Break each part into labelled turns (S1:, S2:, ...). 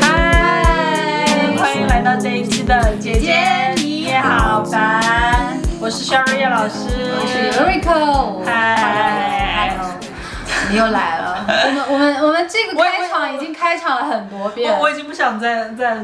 S1: 嗨，
S2: 欢迎来到这一期的姐姐你好烦，我是 Sherry 叶老师，
S1: 我是 Rico。
S2: 嗨
S1: 你又来了。 我们我们我们这个
S2: 我也
S1: 开场已经开场了很多遍，
S2: 我我已经不想再再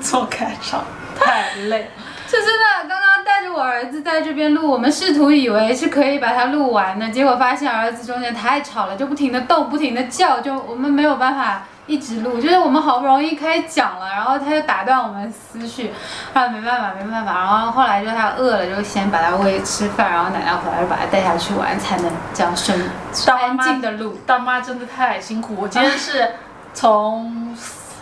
S2: 做开场，太累。
S1: 就真的刚刚带着我儿子在这边录，我们试图以为是可以把它录完的，结果发现儿子中间太吵了，就不停的动，不停的叫，就我们没有办法一直录，就是我们好不容易开始讲了，然后他就打断我们思绪，啊没办法没办法，然后后来就他饿了，就先把他喂吃饭，然后奶奶回来就把他带下去玩，才能这样顺安
S2: 妈
S1: 静的录。
S2: 当妈真的太辛苦，我今天是从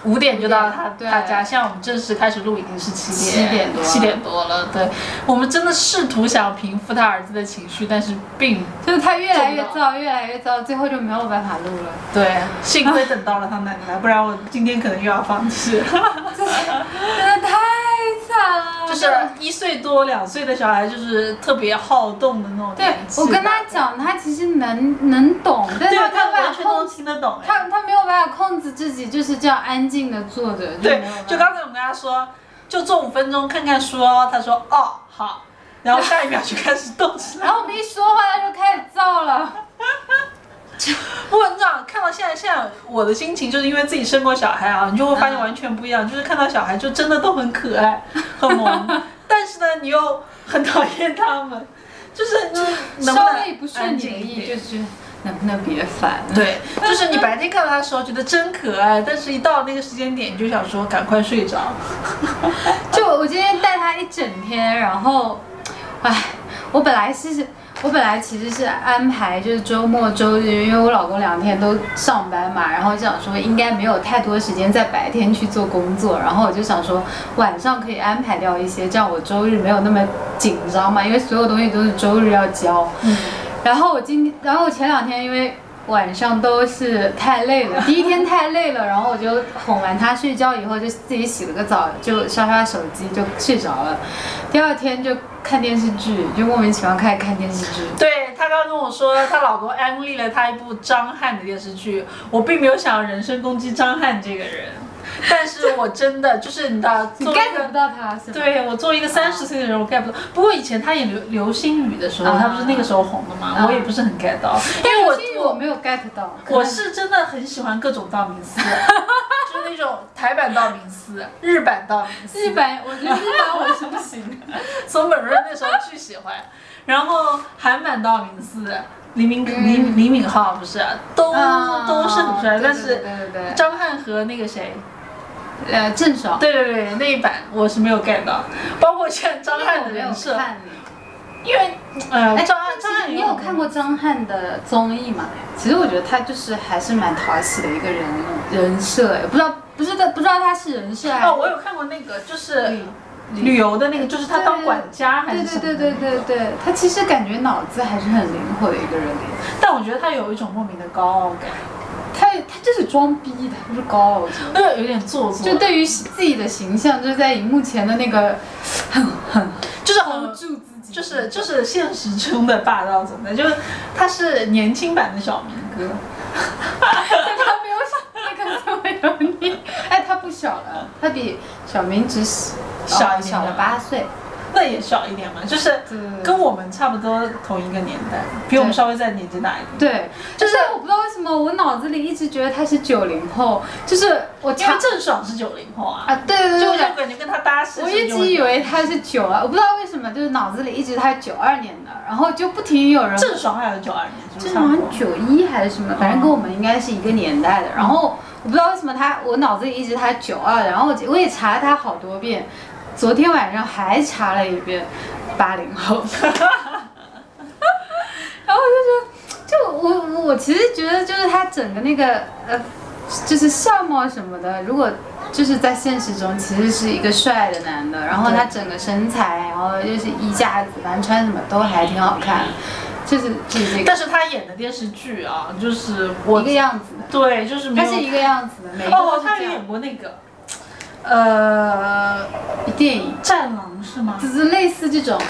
S2: 五点就到他
S1: 对
S2: 他家，现在我们正式开始录已经是七
S1: 七点多了
S2: 七点多了。对，我们真的试图想平复他儿子的情绪，但是并
S1: 就是他越来越燥，越来越燥，最后就没有办法录了。
S2: 对，幸亏等到了他奶奶，不然我今天可能又要 放弃。
S1: 真的太惨了，
S2: 就是一岁多、两岁的小孩，就是特别好动的那种
S1: 对
S2: 年纪
S1: 我跟他讲，他其实能能懂，但
S2: 对
S1: 是他没有
S2: 他
S1: 办
S2: 完
S1: 法
S2: 全都
S1: 控，
S2: 听得懂。哎
S1: 他他没有办法控制自己，就是这样安静的坐着，就没有
S2: 对
S1: 办法，
S2: 就刚才我们跟他说，就坐五分钟看看书哦，他说哦好，然后下一秒就开始动起来
S1: 然。后我们一说话，他就开始燥了。
S2: 不过你知道，看到现在现在我的心情，就是因为自己生过小孩啊，你就会发现完全不 一样。就是看到小孩就真的都很可爱、很萌，但是呢，你又很讨厌他们，就是你能不
S1: 嗯稍
S2: 能
S1: 微不顺
S2: 安
S1: 你的
S2: 静一
S1: 意，
S2: 点
S1: 就是能不能别烦？，
S2: 对，就是你白天看到它的时候觉得真可爱，但是一到那个时间点，你就想说赶快睡着。
S1: 就我今天带他一整天，然后，唉，我本来是，我本来其实是安排就是周末、周日，因为我老公两天都上班嘛，然后就想说应该没有太多时间在白天去做工作，然后我就想说晚上可以安排掉一些，这样我周日没有那么紧张嘛，因为所有东西都是周日要交。
S2: 嗯，
S1: 然后我今天，然后我前两天因为晚上都是太累了，第一天太累了，然后我就哄完他睡觉以后，就自己洗了个澡，就刷刷手机就睡着了。第二天就看电视剧，就莫名其妙开始看电视剧。
S2: 对她刚刚跟我说，她老公安利了她一部张翰的电视剧，我并没有想要人身攻击张翰这个人，但是我真的就是你知道，
S1: 你啊
S2: 作为一
S1: get
S2: 个
S1: 不到他是吧？
S2: 对我作为一个三十岁的人，我 get 不到。不过以前她演流流星雨的时候，
S1: 啊
S2: 她不是那个时候红的嘛，
S1: 啊
S2: 我也不是很 get 到，因为
S1: 其实
S2: 我
S1: 我没有 get 到，可能
S2: 我是真的很喜欢各种道明 寺，就是那种台版道明寺、日版道明寺、
S1: 日本，我觉得日本我是不行。
S2: 松本润那时候巨喜欢，然后韩版道明寺、李敏
S1: 嗯
S2: 李李敏镐不是 都
S1: 啊
S2: 都是很帅，
S1: 对对
S2: 但
S1: 对
S2: 是
S1: 对对
S2: 张翰和那个谁，
S1: 对，呃，郑爽，
S2: 对对对那一版我是没有 get 到，包括现在张翰的
S1: 没有
S2: 人设，
S1: 看。
S2: 因为呃
S1: 哎，
S2: 张翰张
S1: 其实
S2: 翰
S1: 你有看过张翰的综艺吗？其实我觉得他就是还是蛮讨喜的一个人哦人设，哎也不知道不知道不知道他是人设还是
S2: 哦，我有看过那个就是
S1: 对
S2: 旅游的那个，就是他
S1: 对
S2: 当管家还是什
S1: 对
S2: 么
S1: 对对对对，他其实感觉脑子还是很灵活的一个人，哎
S2: 但我觉得他有一种莫名的高傲感，
S1: 他他就是装逼，他不是高傲，我觉得
S2: 呃，有点做作，
S1: 就对于自己的形象，就是在荧幕前的那个很很
S2: 就是很
S1: hold 住自己，
S2: 就是就是现实中的霸道总裁，就是他是年轻版的小明哥，
S1: 但他没有那个这么油腻，哎，他不小了，他比小明只小哦
S2: 小一点
S1: 小了八岁，
S2: 那也小一点嘛，就是
S1: 对对对
S2: 跟我们差不多同一个年代，比我们
S1: 对
S2: 稍微再年纪大一点。
S1: 对，就
S2: 就
S1: 是是我不知道为什么我脑子里一直觉得他是九零后，就是我
S2: 因为
S1: 查
S2: 郑爽是九零后啊，
S1: 啊，对对
S2: 就
S1: 对
S2: 我
S1: 对。
S2: 感觉跟他搭戏，
S1: 我一直以为他是九啊二，我不知道为什么，就是脑子里一直他九二年的，然后就不停有人
S2: 郑爽还是九二年，是不
S1: 这
S2: 是
S1: 好像
S2: 差不多
S1: 九一还是什
S2: 嗯
S1: 么，反正跟我们应该是一个年代的。然后我不知道为什么他，我脑子里一直他九二，然后我我也查了他好多遍，昨天晚上还查了一遍八零后， 然后我就觉得，就我我其实觉得就是他整个那个呃，就是相貌什么的，如果。就是在现实中，其实是一个帅的男的，然后他整个身材，然后又是衣架子，反正穿什么都还挺好看，就是就是这个。
S2: 但是他演的电视剧啊，就是我
S1: 一个样子的，
S2: 对，就是没
S1: 它
S2: 有
S1: 是一个样子的，每一个
S2: 哦
S1: 都，是
S2: 他
S1: 这
S2: 有
S1: 样。
S2: 演过那个呃
S1: 电影
S2: 战狼是吗？
S1: 只是类似这种，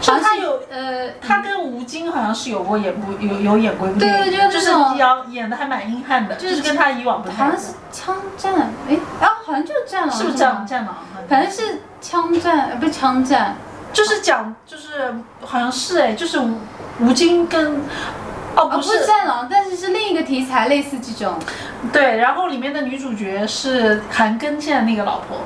S2: 是
S1: 好像
S2: 他
S1: 是
S2: 有
S1: 呃，
S2: 他跟吴京好像是有过演过有有演过一部
S1: 对
S2: 电
S1: 就
S2: 影
S1: 是
S2: 就是
S1: 那种
S2: 演演的还蛮硬汉的，
S1: 就
S2: 就是是跟他以往不
S1: 好像
S2: 太一
S1: 是
S2: 样
S1: 枪战，哎，啊，好像就是战狼，
S2: 是不是
S1: 吧
S2: 战战狼？
S1: 反正是枪战，呃不是枪战，
S2: 就是讲就是好像是哎，就是吴吴京跟哦
S1: 啊，
S2: 不
S1: 不
S2: 是
S1: 是战狼，但是是另一个题材，类似这种。
S2: 对，然后里面的女主角是韩庚现在那个老婆，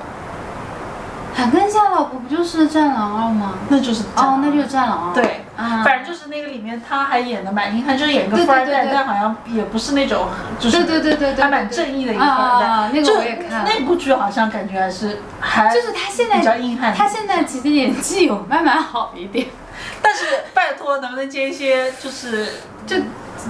S1: 韩庚夏啊老婆不就是《战狼二》吗？
S2: 那就是战
S1: 哦，
S2: 狼
S1: 那就是《战狼二》。
S2: 对。
S1: 啊，
S2: 反正就是那个里面，他还演的蛮硬汉，就是演个
S1: 对对
S2: 富二
S1: 对
S2: 代，
S1: 对
S2: 但好像也不是那种，就是
S1: 对对对对对，
S2: 还蛮正义的一个
S1: 啊
S2: 富二代。
S1: 啊啊那
S2: 就
S1: 个我也看了，
S2: 那部剧好像感觉还是还
S1: 就是他现
S2: 比
S1: 在
S2: 较硬汉。
S1: 他现在其实演技有慢慢好一点，
S2: 但是拜托，能不能接一些就是
S1: 就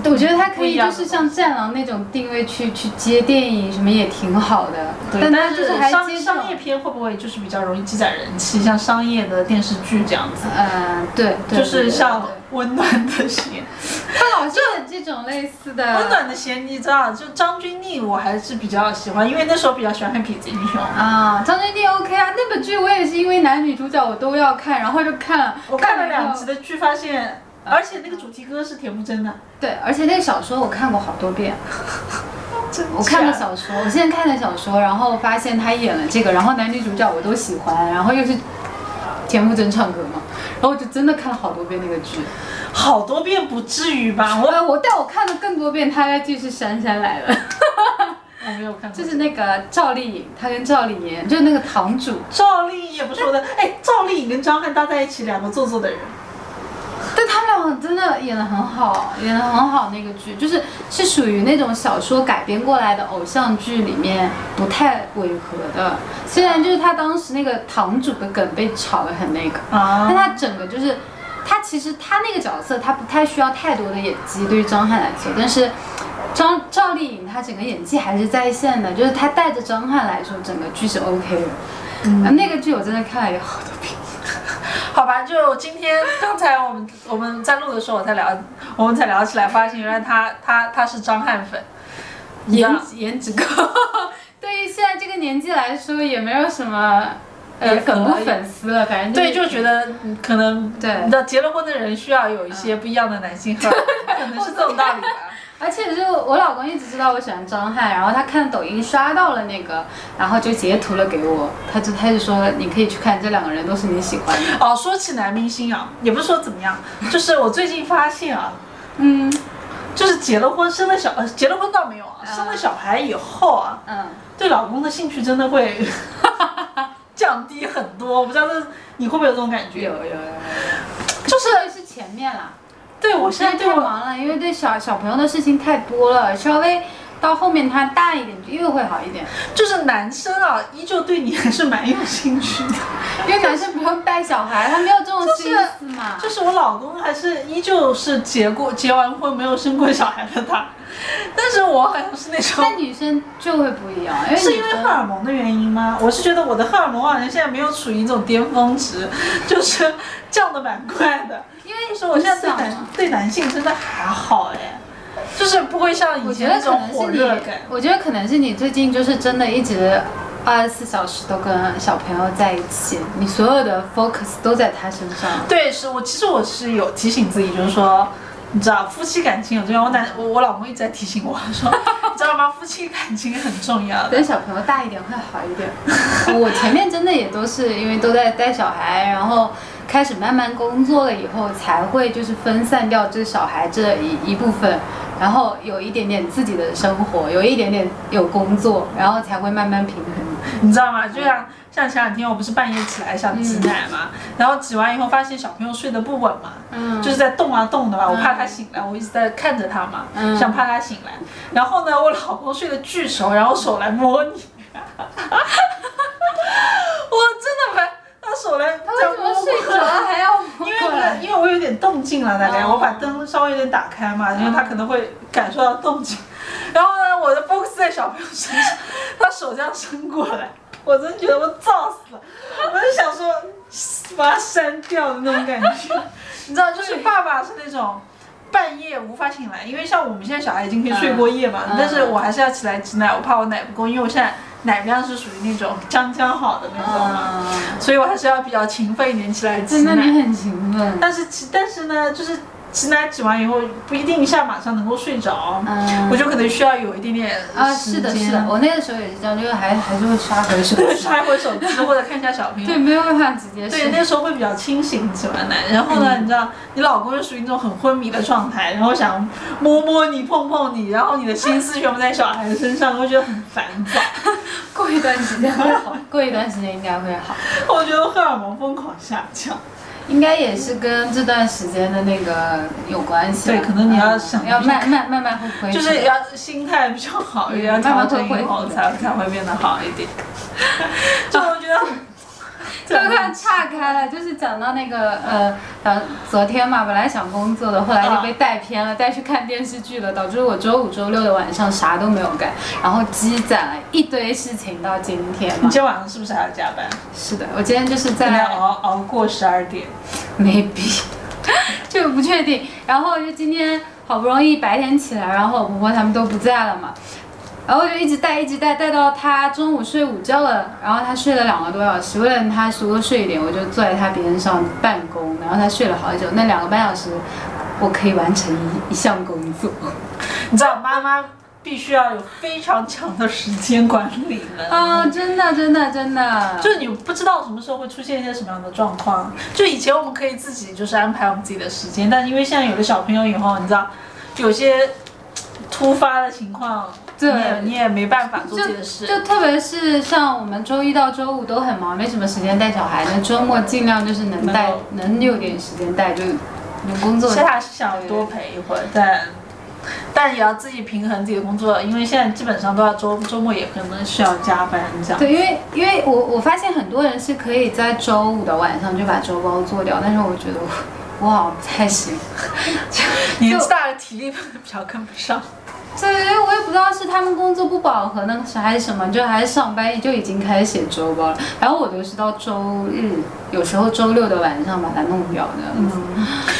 S1: 我觉得他可
S2: 不一
S1: 以
S2: 样
S1: 就
S2: 的
S1: 是像《战狼》那种定位去去接电影什么也挺好的，
S2: 对，
S1: 他
S2: 但
S1: 就是还
S2: 商
S1: 接受。
S2: 商业片会不会就是比较容易积攒人气，像商业的电视剧这样子，
S1: 嗯，对，对
S2: 就是像
S1: 对对
S2: 温暖的 鞋，
S1: 对他老是有这种类似的，
S2: 温暖的鞋，你知道，就张钧甯我还是比较喜欢，因为那时候比较喜欢看《痞子英雄》。
S1: 啊，张钧甯 OK 啊，那本剧我也是因为男女主角我都要看，然后就看了，
S2: 我看了
S1: 以后
S2: 两集，嗯的剧，发现，而且那个主题歌是田馥甄的，
S1: 对，而且那个小说我看过好多遍，我
S2: 我
S1: 看了小说，我现在看了小说，然后发现他演了这个，然后男女主角我都喜欢，然后又是田馥甄唱歌嘛，然后我就真的看了好多遍那个剧，
S2: 好多遍，不至于吧？我
S1: 我我但我看的更多遍，他的剧是姗姗来了，
S2: 我没有看过，
S1: 就是那个赵丽颖，她跟赵丽妍，就是那个堂主，
S2: 赵丽颖也不是我的，哎，赵丽颖跟张翰搭在一起，两个做作的人。
S1: 但他们俩真的演的很好，演的很好。那个剧就是是属于那种小说改编过来的偶像剧里面不太违和的。虽然就是他当时那个堂主的梗被炒得很那个，但
S2: 啊，
S1: 他整个就是他其实他那个角色他不太需要太多的演技，对于张翰来说，但是。张赵丽颖她整个演技还是在线的，就是她带着张翰来说，整个剧是 OK 的。嗯，那个剧我真的看了有好多遍。
S2: 好吧，就今天刚才我们我们在录的时候，我才聊，我们才聊起来，发现原来他他他是张翰粉，
S1: 颜
S2: 那
S1: 值颜值高， 对于现在这个年纪来说，也没有什么呃
S2: 也可以
S1: 粉不粉丝了，反正
S2: 对，就是觉得嗯可能
S1: 对
S2: 你知道结了婚的人需要有一些不一样的男性荷尔蒙，可能是这种道 理吧。
S1: 而且就我老公一直知道我喜欢张翰，然后他看抖音刷到了那个，然后就截图了给我，他就他就说你可以去看，这两个人都是你喜欢的。
S2: 哦，说起男明星啊，也不是说怎么样，就是我最近发现啊，
S1: 嗯
S2: 就是结了婚生了小，呃结了婚倒没有啊，
S1: 嗯
S2: 生了小孩以后啊，
S1: 嗯，
S2: 对老公的兴趣真的会 降低很多。我不知道这你会不会有这种感觉？
S1: 有有，
S2: 就是
S1: 这个是前面啦，
S2: 对我
S1: 现
S2: 现在
S1: 在
S2: 对
S1: 太
S2: 我
S1: 忙了，因为对小小朋友的事情太多了，稍微到后面他大一点又会好 一点，
S2: 就是男生啊，依旧对你还是蛮有兴趣 的。
S1: 因为男生不用带小孩，他没有这种
S2: 就是
S1: 心思嘛。
S2: 就是我老公还是依旧是结过结完婚没有生过小孩的他，但是我好像是那种
S1: 但女生就会不一样，因为
S2: 是因
S1: 女
S2: 为
S1: 生
S2: 荷尔蒙的原因吗？我是觉得我的荷尔蒙好像现在没有处于一种巅峰值， 就是降的蛮快的。
S1: 因为
S2: 就是我现在对
S1: 想
S2: 男
S1: 嘛
S2: 对男性真的还好哎，就是不会像以
S1: 我觉
S2: 前
S1: 得
S2: 那
S1: 可
S2: 种
S1: 能
S2: 火
S1: 是你
S2: 热感。，
S1: 我觉得可能是你最近就是真的一直二十四小时都跟小朋友在一起，你所有的 focus 都在他身上。
S2: 对，是我其实我是有提醒自己，就是说。你知道夫妻感情有重要，我男我我老公一直在提醒我他 说，你知道吗？夫妻感情很重要的。
S1: 等小朋友大一点会好一点。 我前面真的也都是因为都在带小孩，然后开始慢慢工作了以后，才会就是分散掉这小孩这一一部分，然后有一点点自己的生活，有一点点有工作，然后才会慢慢平衡。
S2: 你知道吗？就像像前两天我不是半夜起来想
S1: 嗯
S2: 挤奶嘛，然后挤完以后发现小朋友睡得不稳嘛，
S1: 嗯
S2: 就是在动啊动的嘛，我怕他醒来，我一直在看着他嘛，
S1: 嗯
S2: 想怕他醒来。然后呢，我老公睡得巨熟，然后手来摸你， 我真的烦，他手来
S1: 他为什么睡着了还要
S2: 因为
S1: 过来？
S2: 因为我有点动静了，大概、
S1: 哦
S2: 我把灯稍微有点打开嘛，因为他可能会感受到动静。然后呢，我的 focus 在小朋友身上，他手这样伸过来，我真觉得我燥死了，我就想说把它删掉的那种感觉。你知道，就是爸爸是那种。半夜无法醒来，因为像我们现在小孩已经可以睡过夜嘛，
S1: 嗯
S2: 但是我还是要起来挤奶，我怕我奶不够，因为我现在奶量是属于那种将将好的那种嘛，
S1: 啊，
S2: 所以我还是要比较勤奋一点起来
S1: 真
S2: 挤
S1: 的
S2: 奶。
S1: 你很勤奋，
S2: 但是挤，但是呢，就是挤奶挤完以后不一定一下马上能够睡着，
S1: 嗯
S2: 我就可能需要有一点点
S1: 啊，
S2: 时
S1: 是的，
S2: 间
S1: 是的，，我那个时候也是这样，就是还还是会刷回手机，
S2: 刷一会儿手机或者看一下小屏幕
S1: 对，。嗯没有办法直接
S2: 对，
S1: 睡。
S2: 那时候会比较清醒，挤完奶，然后呢，你知道，你老公就属于那种很昏迷的状态，然后想摸摸你、碰碰你，然后你的心思全部在小孩子身上，会觉得很烦躁。
S1: 过一段时间会好， 过一段时间应该会好，
S2: 我觉得荷尔蒙疯狂下降。
S1: 应该也是跟这段时间的那个有关系吧。
S2: 对可能你要
S1: 嗯
S2: 想
S1: 要慢慢慢慢会恢复，
S2: 就是要心态比较好一点，要
S1: 嗯慢
S2: 调
S1: 慢
S2: 整
S1: 会
S2: 以后
S1: 恢复
S2: 才才会变得好一点。 就我觉得
S1: 刚刚岔开了，就是讲到那个呃，昨昨天嘛，本来想工作的，后来就被带偏了，带去看电视剧了，导致我周五、周六的晚上啥都没有干，然后积攒了一堆事情到今天
S2: 你
S1: 嘛
S2: 今。天晚上是不是还要加班？
S1: 是的，我今天就是
S2: 今天
S1: 在
S2: 熬熬过十二点，
S1: maybe 这个不确定，然后就今天好不容易白天起来，然后我婆婆他们都不在了嘛。然后我就一直带，一直带，带到她中午睡午觉了。然后她睡了两个多小时，为了她多睡一点，我就坐在她边上办公。然后她睡了好久，那两个半小时，我可以完成一一项工作。
S2: 你知道妈妈必须要有非常强的时间管理能力。
S1: 啊、真的，真的，真的，
S2: 就是你不知道什么时候会出现一些什么样的状况。就以前我们可以自己就是安排我们自己的时间，但因为现在有了小朋友以后，你知道有些突发的情况，你
S1: 对
S2: 也你也没办法做自己的
S1: 就
S2: 事。
S1: 就特别是像我们周一到周五都很忙，没什么时间带小孩，那周末尽量就是能带，能有点时间带就有工作
S2: 其。实还是想多陪一会儿，但但也要自己平衡自己的工作，因为现在基本上都要周周末也可能需要加班这样。
S1: 对，因为因为我我发现很多人是可以在周五的晚上就把周包做掉，但是我觉得我我好像不太行，
S2: 年纪大了，体 力比较跟不上。
S1: 所以我也不知道是他们工作不饱和呢，还是什么，就还是上班就已经开始写周包了。然后我都是到周日，有时候周六的晚上把它弄掉的，
S2: 嗯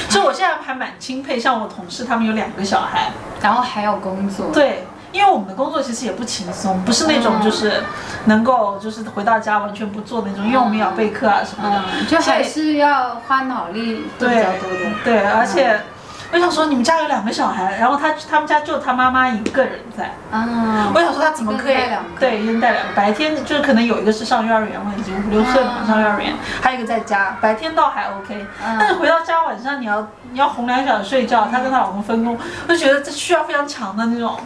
S2: 所以我现在还蛮钦佩，像我同事他们有两个小孩，
S1: 然后还有工作。
S2: 对，因为我们的工作其实也不轻松，不是那
S1: 嗯
S2: 种就是能够就是回到家完全不做那种，因为我们也要备课啊什么的。
S1: 嗯，就还是要花脑力会比
S2: 对
S1: 较多的。嗯
S2: 对，而且我想说你们家有两个小孩，然后他他们家就他妈妈一个人在，
S1: 嗯，
S2: 我想说他怎么可以
S1: 一个人带两个
S2: 对一人带两个？白天就是可能有一个是上幼儿园了，已经五六岁了
S1: 嗯
S2: 嘛，上幼儿园，还有一个在家，白天倒还 OK，
S1: 嗯
S2: 但是回到家晚上你要你要哄两个小时睡觉，她跟她老公分工，我就觉得这需要非常强的那种。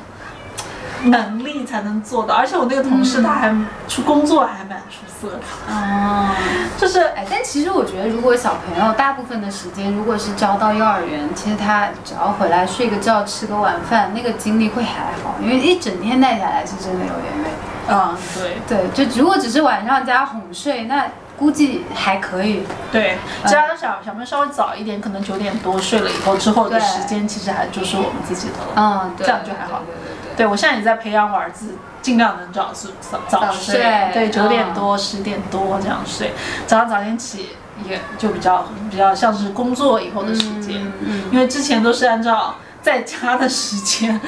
S2: 能力才能做到，而且我那个同事
S1: 嗯
S2: 他还出工作还蛮出色的，
S1: 哦，
S2: 就是
S1: 哎，但其实我觉得，如果小朋友大部分的时间如果是交到幼儿园，其实他只要回来睡个觉、吃个晚饭，那个精力会还好，因为一整天带下来是真的有点累。
S2: 嗯对
S1: 对，就如果只是晚上加哄睡，那估计还可以。
S2: 对，
S1: 嗯
S2: 加上小小朋友稍微早一点，可能九点多睡了以后之后
S1: 对
S2: 的时间，其实还就是我们自己的了。
S1: 嗯，对，
S2: 这样就还好
S1: 对对对对
S2: 对，我现在也在培养我儿子，尽量能早睡早早
S1: 早
S2: 睡，
S1: 睡
S2: 对，九点
S1: 嗯
S2: 多、十、点多这样睡，早上早点起也就比较比较像是工作以后的时间，
S1: 嗯嗯
S2: 因为之前都是按照。在家的时间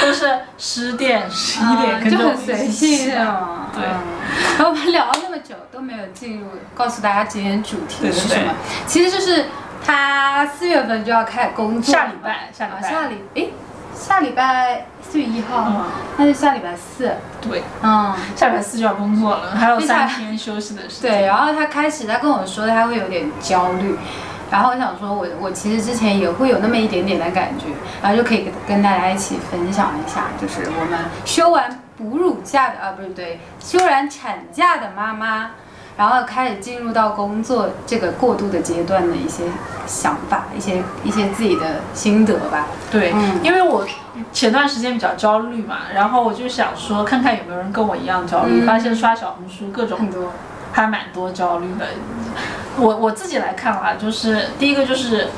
S2: 都是十点、十一点，
S1: 嗯
S2: 跟
S1: 就
S2: 着我
S1: 很
S2: 们一
S1: 随
S2: 起
S1: 性
S2: 起
S1: 是
S2: 来
S1: 吗？
S2: 对
S1: 嗯。然后我们聊了那么久都没有进入，告诉大家今天主题
S2: 对对
S1: 是什么？
S2: 对
S1: 其实就是他四月份就要开始工作了
S2: 下
S1: 嘛，
S2: 礼拜下礼
S1: 啊
S2: 拜
S1: 下礼诶，下礼拜四月一号，
S2: 嗯
S1: 那就下礼拜四，
S2: 对，
S1: 嗯。
S2: 下礼拜四就要工作了，还有
S1: 接下来
S2: 三天休息的时间。
S1: 对，然后他开始他跟我说他会有点焦虑，然后我想说我我其实之前也会有那么一点点的感觉，然后就可以跟跟大家一起分享一下，就是我们休完哺乳假的啊不是对，休完产假的妈妈，然后开始进入到工作这个过渡的阶段的一些想法，一些一些自己的心得吧。
S2: 对，
S1: 嗯
S2: 因为我前段时间比较焦虑嘛，然后我就想说看看有没有人跟我一样焦虑，
S1: 嗯
S2: 发现刷小红书各种
S1: 很多，
S2: 还蛮多焦虑的。我我自己来看啊，就是第一个就是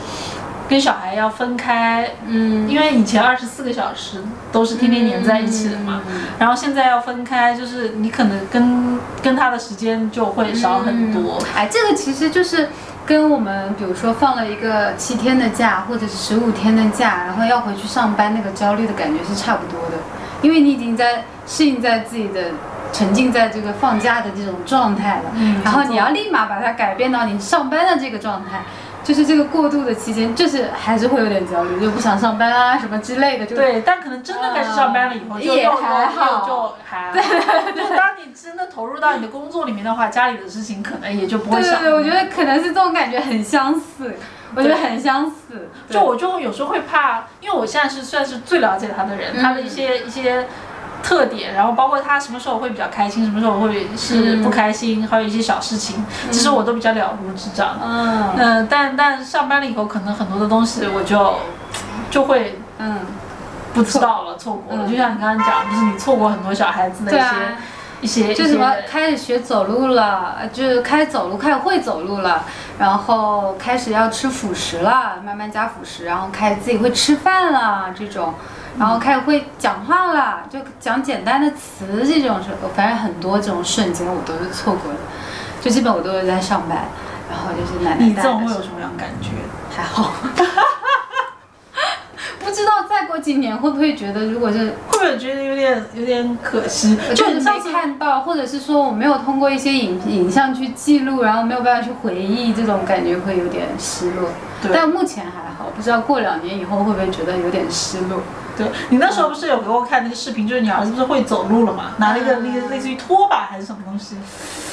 S2: 跟小孩要分开，
S1: 嗯，
S2: 因为以前二十四个小时都是天天黏在一起的嘛，
S1: 嗯，
S2: 然后现在要分开，就是你可能跟跟他的时间就会少很多。
S1: 哎，这个其实就是跟我们比如说放了一个七天的假或者是十五天的假，然后要回去上班那个焦虑的感觉是差不多的，因为你已经在适应在自己的沉浸在这个放假的这种状态了，
S2: 嗯
S1: 然后你要立马把它改变到你上班的这个状态。就是这个过渡的期间，就是还是会有点焦虑，就不想上班啊什么之类的，就
S2: 对，但可能真的开始上班了以后，
S1: 嗯
S2: 就
S1: 也
S2: 又
S1: 还好
S2: 又就还好。就当你真的投入到你的工作里面的话，家里的事情可能也就不会
S1: 对对
S2: 想。
S1: 对，我觉得可能是这种感觉很相似，我觉得很相似。
S2: 就我就有时候会怕，因为我现在是算是最了解他的人，
S1: 嗯
S2: 他的一些一些特点，然后包括他什么时候会比较开心，什么时候会是
S1: 嗯
S2: 不开心，还有一些小事情，其实我都比较了如指掌。
S1: 嗯
S2: 嗯、但但上班了以后，可能很多的东西我就就会
S1: 嗯，
S2: 不知道了，错过了。
S1: 嗯
S2: 就像你刚刚讲，就是你错过很多小孩子的一
S1: 对
S2: 些、
S1: 啊，
S2: 一些
S1: 就
S2: 一些
S1: 什么开始学走路了，呃就是开始走路，开始会走路了，然后开始要吃辅食了，慢慢加辅食，然后开始自己会吃饭了这种，然后开始会讲话了，就讲简单的词这种是，反正很多这种瞬间我都是错过的，就基本我都是在上班，然后就是奶奶
S2: 你
S1: 带
S2: 这种
S1: 的
S2: 会
S1: 时候
S2: 有什么样的感觉？
S1: 还好。 不知道再过几年会不会觉得，如果是
S2: 会不会觉得有点有点可惜？
S1: 就
S2: 就是你
S1: 没
S2: 上次
S1: 看到，或者是说我没有通过一些影影像去记录，然后没有办法去回忆，这种感觉会有点失落。
S2: 对
S1: 但目前还好，不知道过两年以后会不会觉得有点失落。
S2: 对你那时候不是有给我看那个视频，就是你儿子不是会走路了嘛，拿了一个
S1: 嗯
S2: 那个类似于拖把还是什么东西，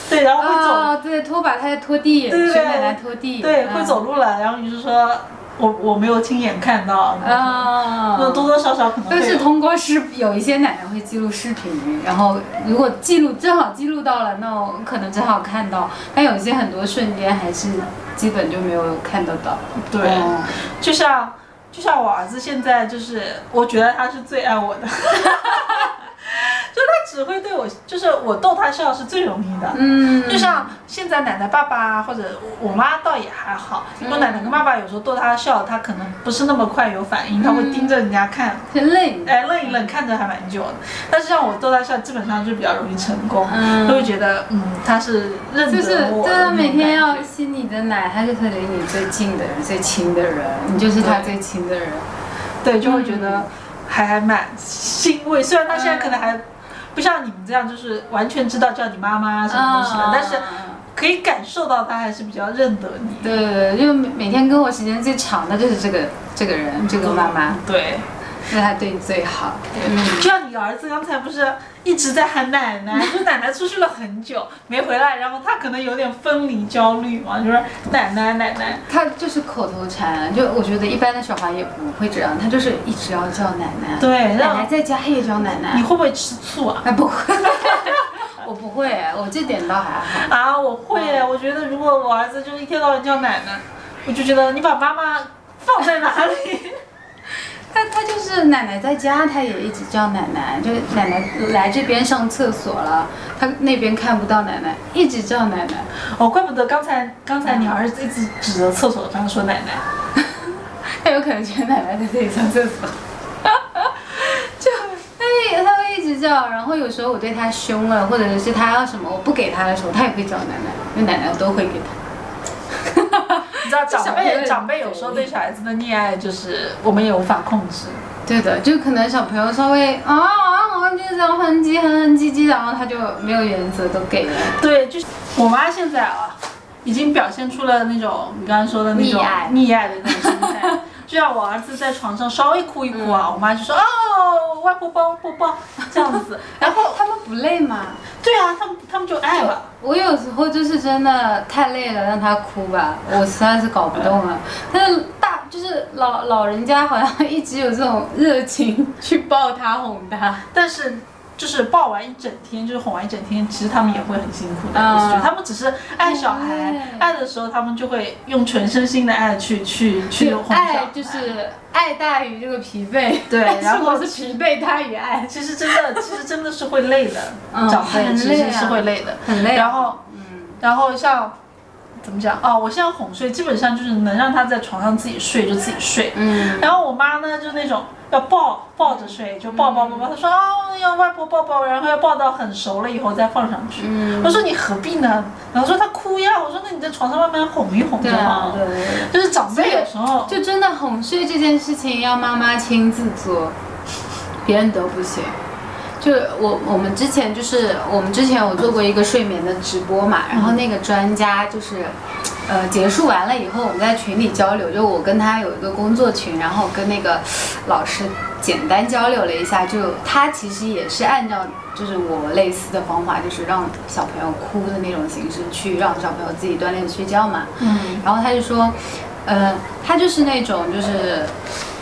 S2: 对，然后哦会走，
S1: 啊，对，拖把他在拖地，
S2: 对对
S1: 学奶奶拖地，
S2: 对，
S1: 嗯
S2: 会走路了，然后你就说我我没有亲眼看到，
S1: 啊
S2: 那、多多少少可能会
S1: 但
S2: 有
S1: 是通过视有一些奶奶会记录视频，然后如果记录正好记录到了，那我可能正好看到。但有一些很多瞬间还是基本就没有看得到。
S2: 对，
S1: 嗯
S2: 就像就像我儿子现在就是，我觉得他是最爱我的，就 他只会对我，就是我逗他笑是最容易的，
S1: 嗯，
S2: 就像现在奶奶、爸爸或者我妈倒也还好，因为奶奶跟爸爸有时候逗他笑，他可能不是那么快有反应，他会盯着人家看，
S1: 很累，
S2: 哎，愣一愣看着还蛮久的。但是像我逗他笑，基本上就比较容易成功，
S1: 嗯
S2: 就会觉得嗯，他是认
S1: 就是
S2: 得我
S1: 对
S2: 的那
S1: 啊，
S2: 种
S1: 每天要
S2: 感觉
S1: 吸你的奶，他就会离你最近的人、最亲的人，你就是他
S2: 对
S1: 最亲的人。
S2: 对，就会觉
S1: 嗯
S2: 得还还蛮欣慰。虽然他现在可能还不像你们这样，就是完全知道叫你妈妈什么
S1: 嗯
S2: 东
S1: 啊
S2: 西的，但是可以感受到他还是比较认得你。
S1: 对对对，就每每天跟我时间最长的就是这个这个人，嗯这个妈妈，
S2: 对。
S1: 对他对你最好。嗯
S2: 就像你儿子刚才不是一直在喊奶奶，就是奶奶出去了很久没回来，然后他可能有点分离焦虑嘛，就是奶奶奶奶，
S1: 他就是口头禅，就我觉得一般的小孩也不会这样，他就是一直要叫奶奶，
S2: 对，
S1: 奶奶
S2: 让
S1: 在家也叫奶
S2: 你
S1: 奶，
S2: 会不会吃醋啊？
S1: 啊不会， 我不会，我这点倒还好。
S2: 啊，我会，我觉得如果我儿子就是一天到晚叫奶奶，我就觉得你把妈妈放在哪 里？
S1: 他他就是奶奶在家，他也一直叫奶奶，就奶奶来这边上厕所了，他那边看不到奶奶，一直叫奶奶。
S2: 哦，怪不得刚才刚才你儿子一直指着厕所上说奶奶。
S1: 他有可能觉得奶奶在这里上厕所， 就他会他会一直叫，然后有时候我对他凶了，或者是他要什么我不给他的时候，他也会叫奶奶，因为奶奶我都会给他。
S2: 你知道
S1: 这
S2: 长
S1: 小朋友
S2: 辈
S1: 有
S2: 长辈
S1: 点
S2: 有时候
S1: 走
S2: 对小孩子的溺爱，就是我们也无法控制。
S1: 对的，就可能小朋友稍微啊啊啊就这样哼唧哼哼唧唧，然后他就没有原则都给了。
S2: 对，就是我妈现在啊，已经表现出了那种你刚刚说的那
S1: 溺
S2: 种
S1: 爱
S2: 溺爱的那种 心态。就像我儿子在床上稍微哭一哭啊，
S1: 嗯
S2: 我妈就说哦，外婆帮我抱抱这样 子。然后
S1: 他们不累吗？
S2: 对啊，他们他们就爱了。
S1: 我有时候就是真的太累了，让他哭吧，我实在是搞不动 了。但是大就是老老人家好像一直有这种热情去抱他哄他。
S2: 但是就是抱完一整天，就是哄完一整天，其实他们也会很辛苦的。
S1: 嗯
S2: 我是觉得他们只是爱小孩
S1: 对，
S2: 爱的时候他们就会用全身心的爱去去去
S1: 就
S2: 哄小
S1: 爱
S2: 孩。
S1: 就是爱大于这个疲惫，
S2: 对
S1: 但是
S2: 然 后
S1: 我是疲惫大于爱，
S2: 其实真的，其实真的是会累的，
S1: 嗯
S2: 长辈
S1: 很
S2: 其
S1: 累
S2: 实
S1: 啊
S2: 是会累的。
S1: 很累。
S2: 然后
S1: 嗯，
S2: 然后像怎么讲啊、我现在哄睡基本上就是能让他在床上自己睡就自己睡。
S1: 嗯，
S2: 然后我妈呢，就是那种要抱抱着睡，就抱抱抱抱。她说啊，要外婆抱抱，然后要抱到很熟了以后再放上去。
S1: 嗯
S2: 我说你何必呢？然后说她哭呀。我说那你在床上慢慢哄一哄就
S1: 对
S2: 好
S1: 啊，
S2: 了。
S1: 对对对。
S2: 就是长辈有时候
S1: 就真的哄睡这件事情要妈妈亲自做，别人都不行。就我我们之前就是我们之前有做过一个睡眠的直播嘛，然后那个专家就是，呃，结束完了以后，我们在群里交流，就我跟他有一个工作群，然后跟那个老师简单交流了一下，就他其实也是按照就是我类似的方法，就是让小朋友哭的那种形式去让小朋友自己锻炼睡觉嘛，
S2: 嗯
S1: 然后他就说，呃，他就是那种就是，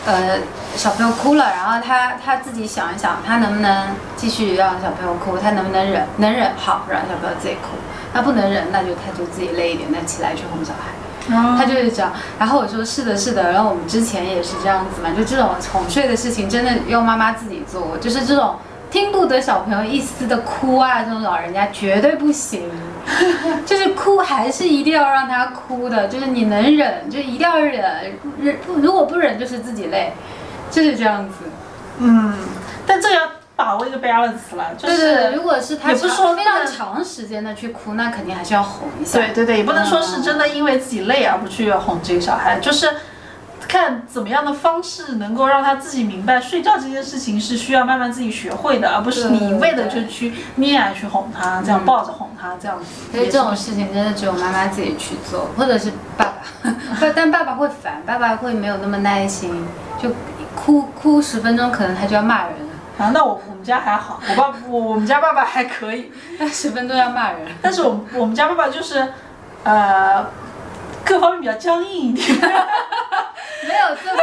S1: 呃，小朋友哭了，然后他他自己想一想，他能不能继续让小朋友哭，他能不能忍，能忍好让小朋友自己哭，那不能忍，那就他就自己累一点，那起来去哄小孩。他
S2: 嗯
S1: 就是这样。然后我说是的，是的。然后我们之前也是这样子嘛，就这种哄睡的事情，真的要妈妈自己做，就是这种听不得小朋友一丝的哭啊，这种老人家绝对不行。 就是哭还是一定要让他哭的，就是你能忍就一定要忍，忍不如果不忍就是自己累，就是这样子。
S2: 嗯，但这要把握一个 balance 了，就
S1: 对对对，
S2: 是
S1: 如果是他
S2: 也不
S1: 长
S2: 说
S1: 非常
S2: 让
S1: 长时间的去哭，那肯定还是要哄一下。
S2: 对对对，也不能说
S1: 嗯
S2: 是真的因为自己累而不去哄这个小孩，就是看怎么样的方式能够让他自己明白睡觉这件事情是需要慢慢自己学会的，而不是你一味的就去溺爱去哄他，这样抱着哄他这样子。
S1: 所以嗯哎这种事情真的只有妈妈自己去做，或者是爸爸，但但爸爸会烦，爸爸会没有那么耐心，就哭哭十分钟，可能他就要骂人了，
S2: 啊，那我我们家还好，我爸我我们家爸爸还可以，
S1: 十分钟要骂人。
S2: 但是我们我们家爸爸就是，呃，各方面比较僵硬一点，
S1: 没有这么，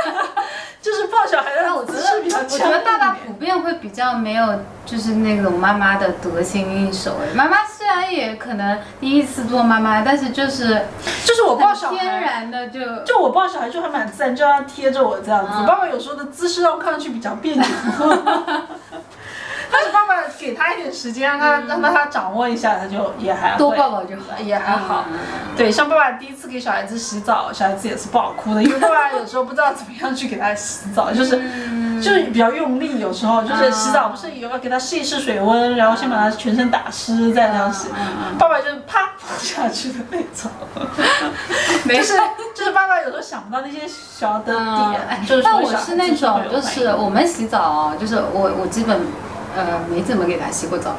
S2: 就是抱小孩
S1: 但
S2: 的
S1: 我觉
S2: 姿势比较
S1: 得， 我觉
S2: 僵硬
S1: 得爸爸
S2: 一点。
S1: 普遍会比较没有，就是那种妈妈的得心应手。哎，妈妈虽然也可能第一次做妈妈，但是就是
S2: 就是我抱小
S1: 很
S2: 孩，
S1: 天然的就
S2: 就我抱小孩就还蛮自然，就让他贴着我这样子。
S1: 嗯
S2: 爸爸有时候的姿势让我看上去比较别扭， 但是爸爸给他一点时间，让他让他掌握一下，他就也还会
S1: 嗯多抱抱就好，
S2: 也还好
S1: 嗯。
S2: 对，像爸爸第一次给小孩子洗澡，小孩子也是不好哭的，因为爸爸有时候不知道怎么样去给他洗澡，就是。
S1: 嗯
S2: 就是比较用力，有时候就是洗澡不是有要给他试一试水温，然后先把他全身打湿再这样
S1: 嗯
S2: 洗，爸爸就是啪下去的那种。
S1: 没事。
S2: 就是爸爸有时候想不到那些小的
S1: 嗯，
S2: 点，哎就是
S1: 但
S2: 说
S1: 我
S2: 小
S1: 是那种
S2: 孩，子
S1: 就
S2: 会
S1: 是
S2: 有反应
S1: 我们洗澡，哦就是我我基本呃没怎么给他洗过澡，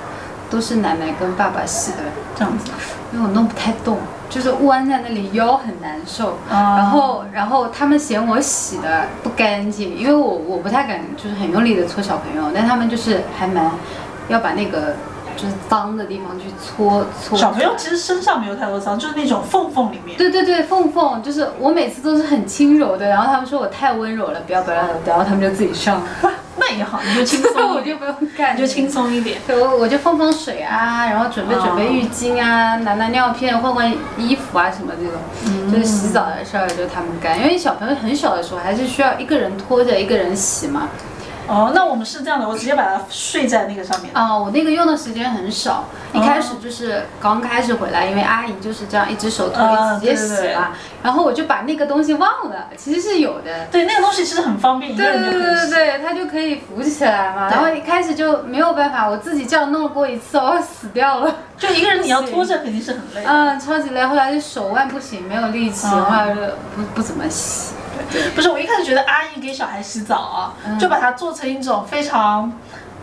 S1: 都是奶奶跟爸爸洗的，
S2: 这样子，
S1: 因为我弄不太动，就是弯在那里腰很难受。
S2: 啊
S1: 然后然后他们嫌我洗的不干净，因为我我不太敢就是很用力的搓小朋友，但他们就是还蛮要把那个就是脏的地方去搓搓。
S2: 小朋友其实身上没有太多脏，就是那种缝缝里面。
S1: 对对对，凤凤就是我每次都是很轻柔的，然后他们说我太温柔了，不要不要，然后他们就自己上。
S2: 那也好，你就 轻
S1: 我
S2: 松一点，
S1: 就不用干，
S2: 你就轻。松一点。
S1: 对，我我就放放水啊，然后准备准备浴巾啊，拿拿尿片，换换衣服啊什么这种，就是洗澡的事儿就他们干，因为小朋友很小的时候还是需要一个人拖着一个人洗嘛。
S2: 哦，那我们是这样的，我直接把它睡在那个上面。
S1: 啊、我那个用的时间很少，一
S2: 哦
S1: 开始就是刚开始回来，因为阿姨就是这样一只手托一
S2: 啊
S1: 直直接洗
S2: 对对对
S1: 嘛，然后我就把那个东西忘了，其实是有的。
S2: 对，那个东西其实很方便，一个
S1: 对
S2: 人
S1: 对
S2: 就可
S1: 对
S2: 以
S1: 对
S2: 洗。
S1: 对，它就可以浮起来嘛。
S2: 对
S1: 然后一开始就没有办法，我自己这样弄过一次，我要死掉了。
S2: 就一个人你要拖着肯定是很累的。
S1: 嗯，超级累。后来就手腕不行，没有力气，
S2: 嗯
S1: 后来就不不怎么洗。
S2: 不是，我一开始觉得阿姨给小孩洗澡啊，
S1: 嗯
S2: 就把它做成一种非常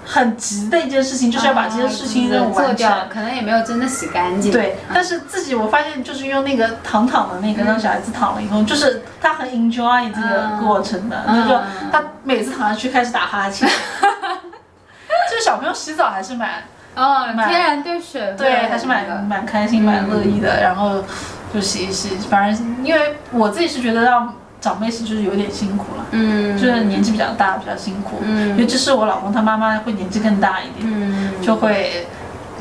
S2: 很急的一件事情，就是要把这件事情任务
S1: 啊嗯做
S2: 完成。
S1: 掉，可能也没有真的洗干净。
S2: 对，但是自己我发现就是用那个躺躺的那
S1: 嗯
S2: 个，让小孩子躺了以后，就是他很 enjoy 这个过程的，
S1: 嗯
S2: 他就他每次躺下去开始打哈欠。这小朋友洗澡还是 蛮
S1: 哦，
S2: 蛮
S1: 天然对嗯水会
S2: 对，
S1: 有
S2: 还是
S1: 那
S2: 蛮
S1: 个
S2: 蛮开心、蛮乐意的。然后就洗一洗，反正因为我自己是觉得让长辈洗就是有点辛苦了，
S1: 嗯
S2: 就是年纪比较大，比较辛苦。
S1: 嗯
S2: 尤其是我老公他妈妈会年纪更大一点，
S1: 嗯
S2: 就会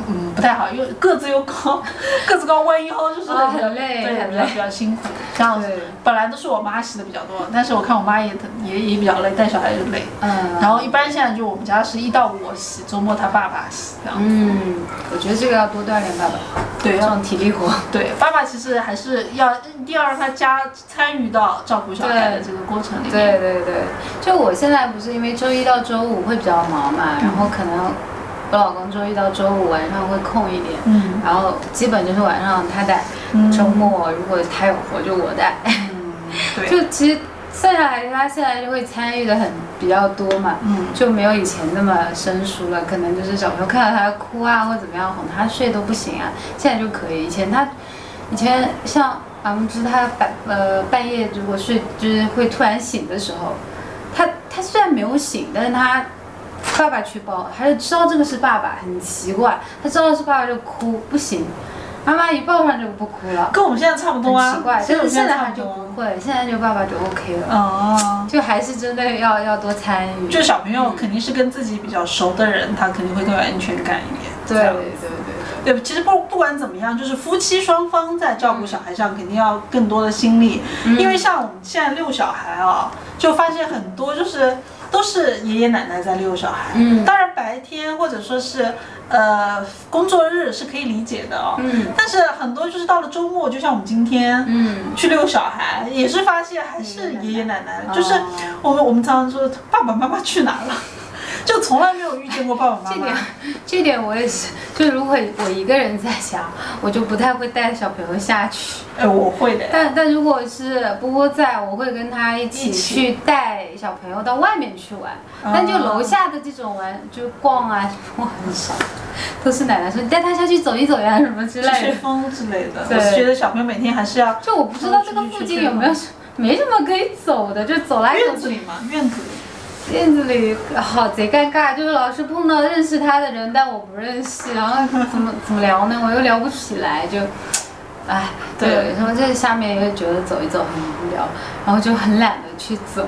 S2: 嗯不太好，因为个子又高，个子高弯腰就是
S1: 哦
S2: 比较
S1: 很累
S2: 对，
S1: 很
S2: 比较
S1: 累
S2: 比较辛苦。这样子
S1: 对
S2: 本来都是我妈洗的比较多，但是我看我妈也也也比较累，带小孩就累。
S1: 嗯，
S2: 然后一般现在就我们家是一到五我洗，周末他爸爸洗，这样
S1: 嗯，我觉得这个要多锻炼爸爸，
S2: 对
S1: 这种体力 活。
S2: 对，爸爸其实还是要一定要让他家参与到照顾小孩的这个过程里面。
S1: 对对对，就我现在不是因为周一到周五会比较忙嘛，然后可能我老公周一到周五晚上会空一点，
S2: 嗯
S1: 然后基本就是晚上他带，
S2: 嗯
S1: 周末如果他有活就我带，
S2: 嗯，对，
S1: 就其实算下来他现在就会参与的很比较多嘛，
S2: 嗯，
S1: 就没有以前那么生疏了，可能就是小朋友看到他哭啊或怎么样哄他睡都不行啊，现在就可以。以前他，以前像俺们知他半呃半夜如果睡就是会突然醒的时候，他他虽然没有醒，但是他爸爸去抱，他就知道这个是爸爸，很奇怪，他知道是爸爸就哭不行，妈妈一抱上就不哭了，
S2: 跟我们现在差不多啊，
S1: 很奇怪。
S2: 跟
S1: 但是
S2: 我们
S1: 现在
S2: 在差
S1: 他
S2: 不
S1: 就
S2: 多
S1: 不会，现在就爸爸就 OK 了，
S2: 哦，
S1: 就还是真的要要多参与。
S2: 就小朋友肯定是跟自己比较熟的人，他肯定会更有安全感一点。
S1: 对
S2: 这
S1: 对
S2: 样
S1: 对对。
S2: 对，其实不不管怎么样，就是夫妻双方在照顾小孩
S1: 嗯
S2: 上肯定要更多的心力，因为像我们现在遛小孩啊，就发现很多就是都是爷爷奶奶在遛小孩。
S1: 嗯
S2: 当然白天或者说是呃工作日是可以理解的哦。
S1: 嗯
S2: 但是很多就是到了周末，就像我们今天，
S1: 嗯，
S2: 去遛小孩，也是发现还是爷爷奶奶，就是
S1: 哦
S2: 我们我们常常说爸爸妈妈去哪了， 就从来没有遇见过爸爸妈
S1: 这
S2: 妈
S1: 点。这点我也是，就如果我一个人在家，我就不太会带小朋友下去。
S2: 哎，我会的。
S1: 但但如果是波波在，我会跟他一起哦
S2: 一起
S1: 去带小朋友到外面去玩。但就楼下的这种玩，就逛啊，我很少，都是奶奶说你带他下去走一走呀什么之
S2: 吹吹
S1: 类的。
S2: 风之类的，
S1: 对
S2: 我是觉得小朋友每天还是要
S1: 就我不知道这个附近有没有什没什么可以走的，就走来
S2: 院
S1: 走
S2: 子
S1: 去。
S2: 里嘛，院子里。
S1: 院子里好贼尴尬，就是老是碰到认识他的人，但我不认识，然后怎么怎么聊呢？我又聊不起来，就，唉，
S2: 对
S1: 对，然后这下面又觉得走一走很无聊，然后就很懒得去走，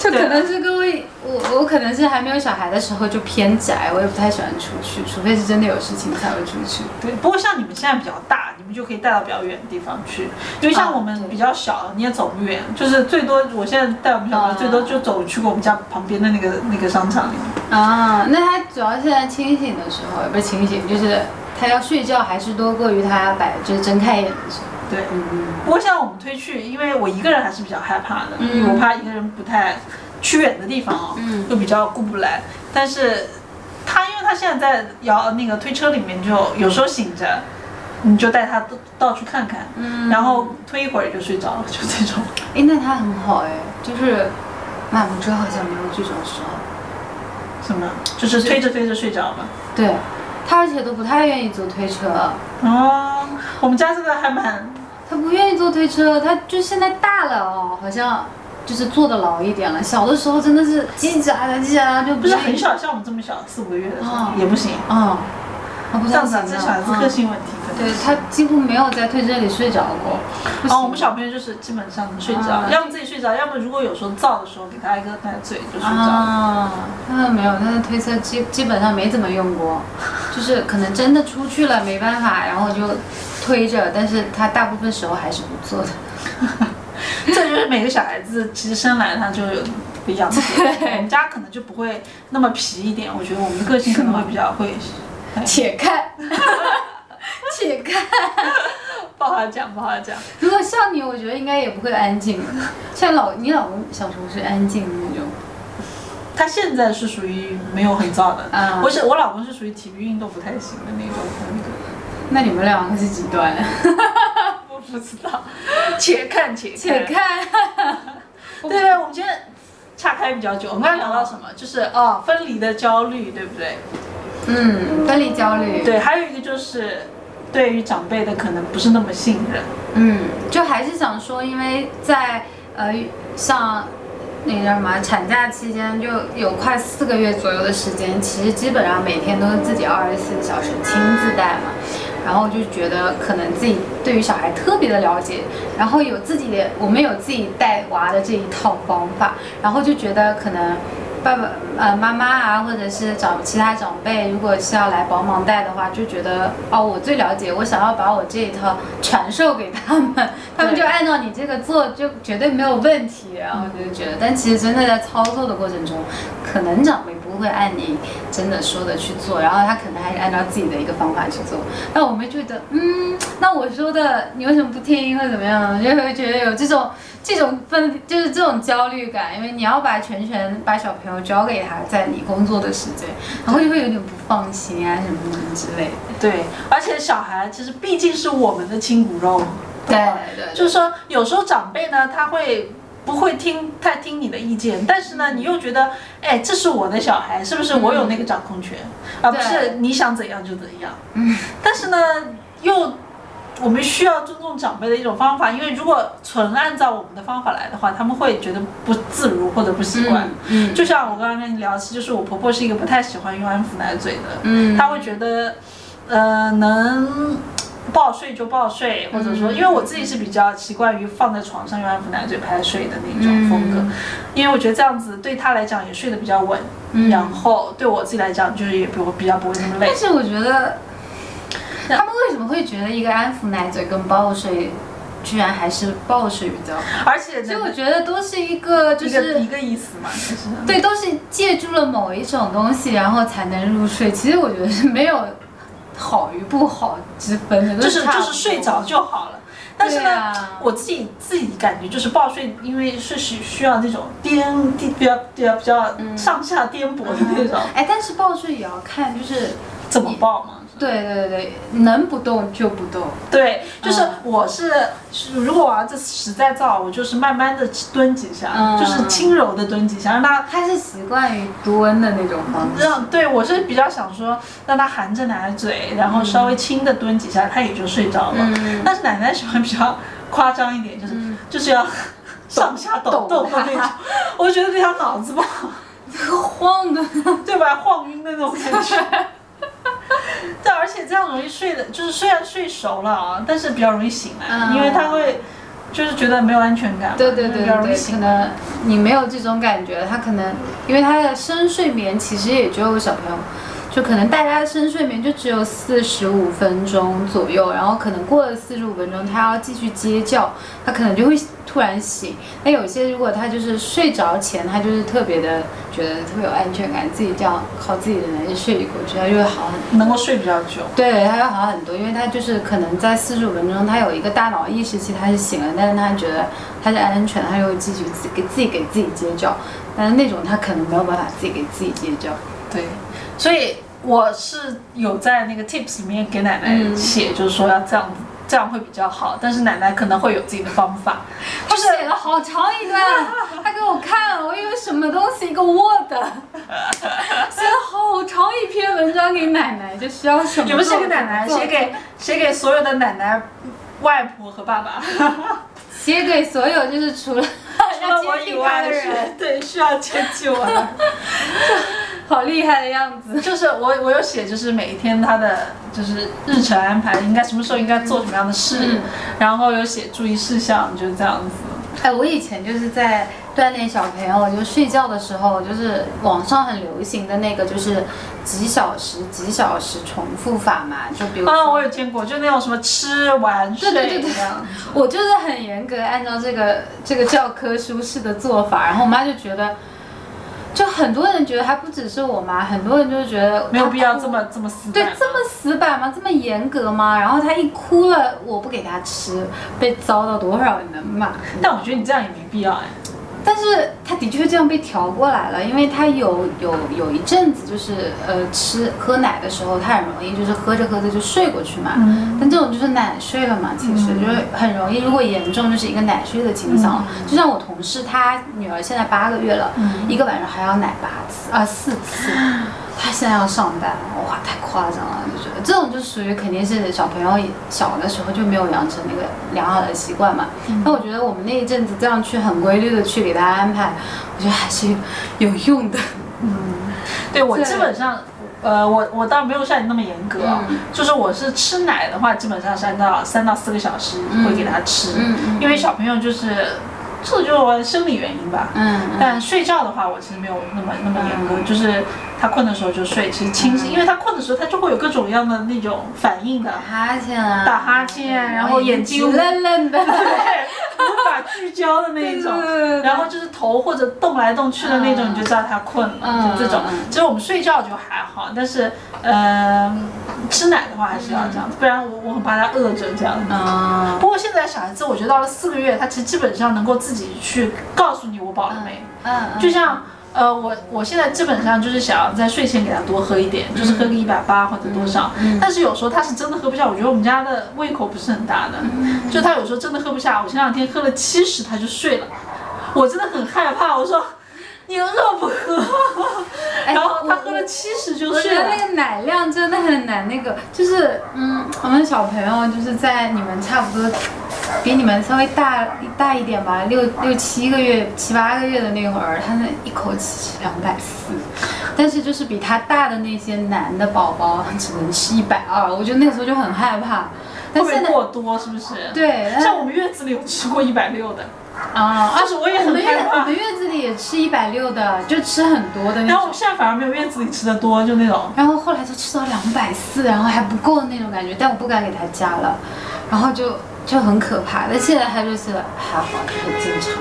S1: 就可能是跟我我我可能是还没有小孩的时候就偏宅，我也不太喜欢出去，除非是真的有事情才会出去。
S2: 对，不过像你们现在比较大，你们就可以带到比较远的地方去，因为像
S1: 啊
S2: 我们比较小，你也走不远，就是最多我现在带我们小朋友
S1: 啊
S2: 最多就走去过我们家旁边的那个那个商场里面。
S1: 啊，那他主要现在清醒的时候，也不是清醒，就是他要睡觉还是多过于他摆就是睁开眼的时候。
S2: 对，
S1: 嗯
S2: 不过现在我们推去，因为我一个人还是比较害怕的，
S1: 嗯
S2: 因为我怕一个人不太去远的地方哦，
S1: 嗯
S2: 就比较顾不来。但是他因为他现在在摇那个推车里面，就有时候醒着，你就带他到到处看看，
S1: 嗯，
S2: 然后推一会儿也就睡着了，就这种。
S1: 哎，那他很好哎，就是那我们之后好像没有这种时候。
S2: 什么？就是推着推着睡着嘛。
S1: 对，他而且都不太愿意坐推车，
S2: 哦，我们家这个还蛮，
S1: 他不愿意坐推车，他就现在大了哦，好像就是坐的老一点了。小的时候真的是叽喳喳叽喳喳就
S2: 不是很
S1: 愿意。
S2: 小，像我们这么小，四五个月的时候、
S1: 嗯哦
S2: 也不行。
S1: 嗯，他不
S2: 这
S1: 知
S2: 样
S1: 道
S2: 子啊，这小孩子个性问题可
S1: 嗯
S2: 能
S1: 对他几乎没有在推车里睡着过。不
S2: 哦，
S1: 行
S2: 我们小朋友就是基本上能睡着，
S1: 啊
S2: 要么自己睡着，要么如果有时候燥的时候给他一个奶嘴就睡着。
S1: 啊，他没有，他的推车基基本上没怎么用 过，就是可能真的出去了没办法，然后就推着，但是他大部分时候还是不坐的。
S2: 这就是每个小孩子其实生来他就有不一样的。
S1: 对
S2: 我们家可能就不会那么皮一点，我觉得我们个性可能会比 较会。
S1: 且看， 且看。
S2: 不好讲，不好讲。
S1: 如果像你，我觉得应该也不会安静。像老你老公小时候是安静的那种，
S2: 他现在是属于没有很燥的，
S1: 啊
S2: 我是我老公是属于体育运动不太行的那种风 格。
S1: 那你们两个是极端。
S2: 我不知道， 且看且看。
S1: 且看，
S2: 对对，我们今天岔开比较久，我们刚才聊到什么？就是哦，分离的焦虑，对不对？
S1: 嗯，分离焦虑，，
S2: 对，还有一个就是对于长辈的可能不是那么信任。
S1: 嗯，就还是想说，因为在呃像那个叫什么产假期间，就有快四个月左右的时间，其实基本上每天都是自己二十四个小时亲自带嘛，然后就觉得可能自己对于小孩特别的了解，然后有自己的我们有自己带娃的这一套方法，然后就觉得可能。爸爸呃妈妈啊，或者是找其他长辈，如果是要来帮忙带的话，就觉得哦，我最了解，我想要把我这一套传授给他们，他们就按照你这个做，就绝对没有问题。然后就觉得，但其实真的在操作的过程中，可能长辈不会按你真的说的去做，然后他可能还是按照自己的一个方法去做。那我们就觉得，嗯，那我说的你为什么不听或怎么样，就会觉得有这种这种分，就是这种焦虑感，因为你要把全权把小朋友交给他，在你工作的时间，然后就会有点不放心啊什么什么之类的。
S2: 对，而且小孩其实毕竟是我们的亲骨肉，
S1: 对
S2: 吧
S1: 对对
S2: 就是说有时候长辈呢，他会。不会听太听你的意见，但是呢，你又觉得，哎，这是我的小孩，是不是我有那个掌控权，而不是你想怎样就怎样。
S1: 嗯，
S2: 但是呢，又我们需要尊重长辈的一种方法，因为如果纯按照我们的方法来的话，他们会觉得不自如或者不习惯。
S1: 嗯，
S2: 就像我刚刚跟你聊起，就是我婆婆是一个不太喜欢用安抚奶嘴的，
S1: 嗯，
S2: 她会觉得，呃，能抱睡就抱睡，或者
S1: 嗯
S2: 说，因为我自己是比较习惯于放在床上用安抚奶嘴拍睡的那
S1: 嗯
S2: 种风格，因为我觉得这样子对她来讲也睡得比较稳，
S1: 嗯
S2: 然后对我自己来讲就是也比我比较不会那么累
S1: 但。是我觉得，
S2: 那
S1: 他们为什么会觉得一个安抚奶嘴跟抱睡，居然还是抱睡比较好？
S2: 而且
S1: 其
S2: 呢
S1: 实我觉得都是一个就
S2: 一个
S1: 是
S2: 一。个意思嘛，就是
S1: 对，都是借助了某一种东西，然后才能入睡。其实我觉得是没有好与不好之分的，都
S2: 就是
S1: 差不
S2: 就
S1: 多
S2: 是睡着就好了。但是
S1: 对
S2: 呢，
S1: 啊
S2: 我自己自己感觉就是抱睡，因为是需需要那种颠颠比较比较比较
S1: 嗯
S2: 上下颠簸的那 种，
S1: 哎，但是抱睡也要看，就是
S2: 怎么抱嘛？
S1: 对对对，能不动就不动。
S2: 对，就是
S1: 嗯
S2: 我是，是如果我儿子实在燥，我就是慢慢的蹲几下，
S1: 嗯
S2: 就是轻柔的蹲几下，让他
S1: 他是习惯于蹲的那种方 式。
S2: 让对我是比较想说让他含着奶嘴，然后稍微轻的蹲几下，他也就睡着了。
S1: 嗯
S2: 但是奶奶喜欢比较夸张一点，就是、
S1: 嗯
S2: 就是要上下抖
S1: 抖
S2: 动的那种， 我觉得对他脑子不好，
S1: 晃的，
S2: 对吧？晃晕的那种感 觉。对，而且这样容易睡的，就是虽然睡熟了啊，但是比较容易醒来，
S1: 嗯
S2: 因为他会就是觉得没有安全感嘛，
S1: 对对
S2: 就
S1: 对
S2: 比较容易
S1: 对对，可
S2: 醒来。
S1: 能你没有这种感觉，他可能因为他的深睡眠其实也只有小朋友，就可能大家的深睡眠就只有四十五分钟左右，然后可能过了四十五分钟，他要继续接觉，他可能就会突然醒。那有些如果他就是睡着前，他就是特别的觉得特别有安全感，自己这样靠自己的能力睡过去，他就会好很多。
S2: 能够睡比较久，
S1: 对，它要好很多，因为它就是可能在四十五分钟，它有一个大脑意识期，它是醒了，但是它觉得它是安全，它就会继续自给自己给自己接觉，但是那种它可能没有办法自己给自己接觉。
S2: 对，所以我是有在那个 tips 里面给奶奶
S1: 嗯
S2: 写，就是说要这样子，这样会比较好。但是奶奶可能会有自己的方法，
S1: 他写了好长一段，他给我看，我以为什么东西一个 Word，写了好长一篇文章给奶奶，就需要什么？
S2: 你们写给奶奶，
S1: 怎么
S2: 写
S1: 做
S2: 给写给所有的奶奶、外婆和爸爸，
S1: 写给所有就是除了
S2: 除了
S1: 要
S2: 我
S1: 接
S2: 以
S1: 替他
S2: 外
S1: 的
S2: 的
S1: 人，
S2: 人，对，需要接替我的。
S1: 好厉害的样子。
S2: 就是我我有写，就是每一天他的就是日程安排，应该什么时候应该做什么样的事，
S1: 嗯
S2: 然后有写注意事项，就是这样子。
S1: 哎，我以前就是在锻炼小朋友，就睡觉的时候，就是网上很流行的那个，就是几小时、几小时重复法嘛。就比如说，
S2: 啊，我有见过，就那种什么吃玩睡
S1: 对对对对
S2: 这样子。
S1: 我就是很严格按照这个这个教科书式的做法，然后我妈就觉得，就很多人觉得，还不只是我妈，很多人就觉得
S2: 没有必要
S1: 她哭
S2: 这么这么死
S1: 对
S2: 板。
S1: 这么死板吗？这么严格吗？然后她一哭了，我不给她吃，被遭到多少人的骂。
S2: 但我觉得你这样也没必要哎。
S1: 但是他的确这样被调过来了，因为他有有有一阵子就是呃吃喝奶的时候，他很容易就是喝着喝着就睡过去嘛。
S2: 嗯
S1: 但这种就是奶睡了嘛，其实、就是很容易，如果严重就是一个奶睡的倾向了。就像我同事，他女儿现在八个月了，一个晚上还要奶八次啊、四次。他现在要上班，哇，太夸张了！就觉得这种就属于肯定是小朋友小的时候就没有养成那个良好的习惯嘛。那、我觉得我们那一阵子这样去很规律的去给他安排，我觉得还是有用的。
S2: 对我
S1: 对
S2: 基本上，呃，我我倒没有像你那么严格啊，
S1: 嗯
S2: 就是我是吃奶的话，基本上是按照三到四个小时会给他吃，
S1: 嗯嗯
S2: 因为小朋友就是这就是我生理原因吧。
S1: 嗯嗯
S2: 但睡觉的话，我其实没有那么那么严格，
S1: 嗯
S2: 就是他困的时候就睡，其实清醒，因为他困的时候他就会有各种各样的那种反应的
S1: 打，哈欠啊，
S2: 打哈欠然
S1: 哦
S2: 后眼睛
S1: 直愣愣的。
S2: 对，无法聚焦的 那一种
S1: 对对对 对。
S2: 然后就是头或者动来动去的那种，
S1: 嗯
S2: 你就知道他困了，
S1: 嗯
S2: 就这种
S1: 嗯嗯。
S2: 其实我们睡觉就还好，但是呃，吃奶的话还是要这样，不然我我很怕他饿着这样。
S1: 嗯，
S2: 不过现在小孩子，我觉得到了四个月，他其实基本上能够自己去告诉你我饱了没。
S1: 嗯，
S2: 就像呃，我我现在基本上就是想要在睡前给他多喝一点，就是
S1: 嗯
S2: 喝个一百八或者多少。但是有时候他是真的喝不下，我觉得我们家的胃口不是很大的，
S1: 嗯
S2: 就他有时候真的喝不下。我前两天喝了七十，他就睡了，我真的很害怕。我说
S1: 嗯
S2: 你饿不饿？
S1: 哎
S2: 然后他
S1: 我
S2: 喝了七十就
S1: 我觉
S2: 睡
S1: 得那
S2: 了。
S1: 个奶量真的很难，那个就是，嗯，我们小朋友就是在你们差不多，比你们稍微大大一点吧，六六七个月、七八个月的那会儿，他那一口气两百四，但是就是比他大的那些男的宝宝只能吃一百二，我觉得那个时候就很害怕。
S2: 会
S1: 但
S2: 不会
S1: 现在
S2: 过多？是不是？
S1: 对，但
S2: 像我们月子里有吃过一百六的，
S1: 啊，
S2: 但是我也
S1: 我
S2: 很
S1: 们
S2: 害
S1: 院我
S2: 怕
S1: 们。院子里也吃一百六的，就吃很多的那
S2: 然
S1: 种
S2: 后我。现在反而没有院子里吃的多，就那种。
S1: 然后后来就吃到两百四，然后还不够的那种感觉，但我不敢给他加了，然后就就很可怕。但现在他就是还好，很正常。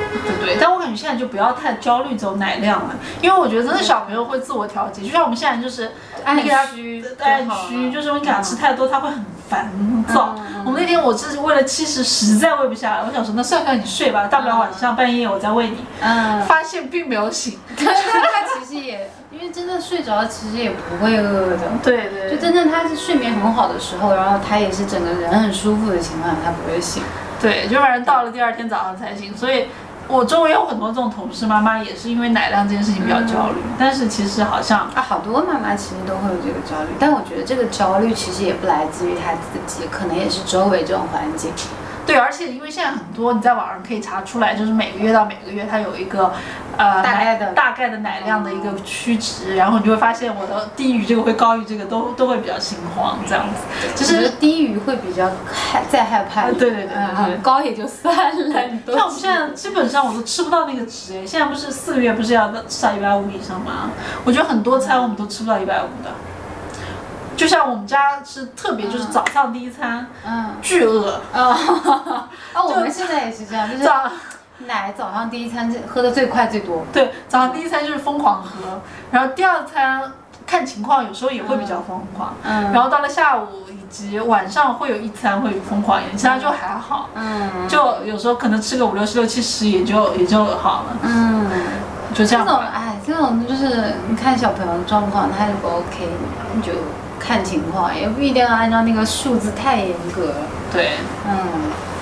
S2: 对对，但我感觉现在就不要太焦虑这种奶量了，因为我觉得真的小朋友会自我调节，就像我们现在就是你给他
S1: 按需
S2: 对
S1: 就
S2: 按
S1: 好
S2: 需，
S1: 了
S2: 就是你给他吃太多，他会很烦躁。
S1: 嗯嗯嗯
S2: 我们那天我是为了七十，实在喂不下来，我想说那算算你睡吧，大不了晚上半夜我再喂你。
S1: 嗯，
S2: 发现并没有醒。
S1: 但是 他其实也，因为真的睡着，其实也不会饿的。
S2: 对对
S1: 就真正他是睡眠很好的时候，然后他也是整个人很舒服的情况下，他不会醒。
S2: 对，就反正到了第二天早上才醒，所以我周围有很多这种同事妈妈也是因为奶量这件事情比较焦虑，但是其实好像
S1: 啊，好多妈妈其实都会有这个焦虑，但我觉得这个焦虑其实也不来自于她自己，可能也是周围这种环境。
S2: 对，而且因为现在很多你在网上可以查出来，就是每个月到每个月它有一个呃
S1: 大概的
S2: 奶大概的奶量的一个趋值，然后你就会发现我的低于这个会高于这个都都会比较心慌这样子，就啊
S1: 就是是。低于会比较害再害怕一点，
S2: 对对对对
S1: 嗯
S2: 对
S1: 高也就算了，你都
S2: 像我们
S1: 吃
S2: 现在基本上我都吃不到那个值哎，现在不是四个月不是要到至少一百五以上吗？我觉得很多餐我们都吃不到一百五的，就像我们家是特别就是早上第一餐
S1: 嗯
S2: 巨饿，
S1: 啊啊，我们现在也是这样，就是
S2: 早
S1: 奶早上第一餐最喝的最快最多，
S2: 对，早上第一餐就是疯狂喝，然后第二餐看情况，有时候也会比较疯狂，
S1: 嗯
S2: 然后到了下午以及晚上会有一餐会疯狂一点，其他就还好，
S1: 嗯
S2: 就有时候可能吃个五六十六七十也就也就好了，
S1: 嗯，
S2: 就这
S1: 这
S2: 样
S1: 种
S2: 吧。
S1: 哎，这种就是你看小朋友状况，他如果 OK，你就看情况，也不一定要按照那个数字太严格了，
S2: 对，
S1: 嗯，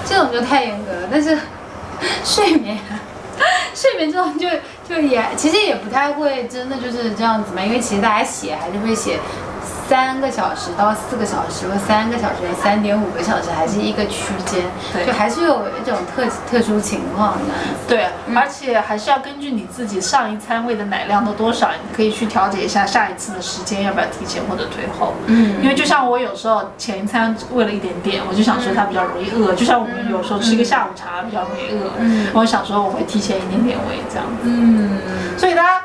S1: 这种就太严格了，但是 睡眠。啊 睡眠这种就就也其实也不太会真的就是这样子嘛，因为其实大家写还是会写三个小时到四个小时，或三个小时、三点五个小时，还是一个区间，
S2: 对
S1: 就还是有一种特特殊情况的。
S2: 对，
S1: 嗯
S2: 而且还是要根据你自己上一餐喂的奶量的多少，你可以去调节一下下一次的时间，要不要提前或者推后。
S1: 嗯
S2: 因为就像我有时候前一餐喂了一点点，我就想说它比较容易饿，就像我们有时候吃一个下午茶比较容易饿，
S1: 嗯
S2: 我想说我会提前一点点喂这样子，
S1: 嗯，
S2: 所以大家。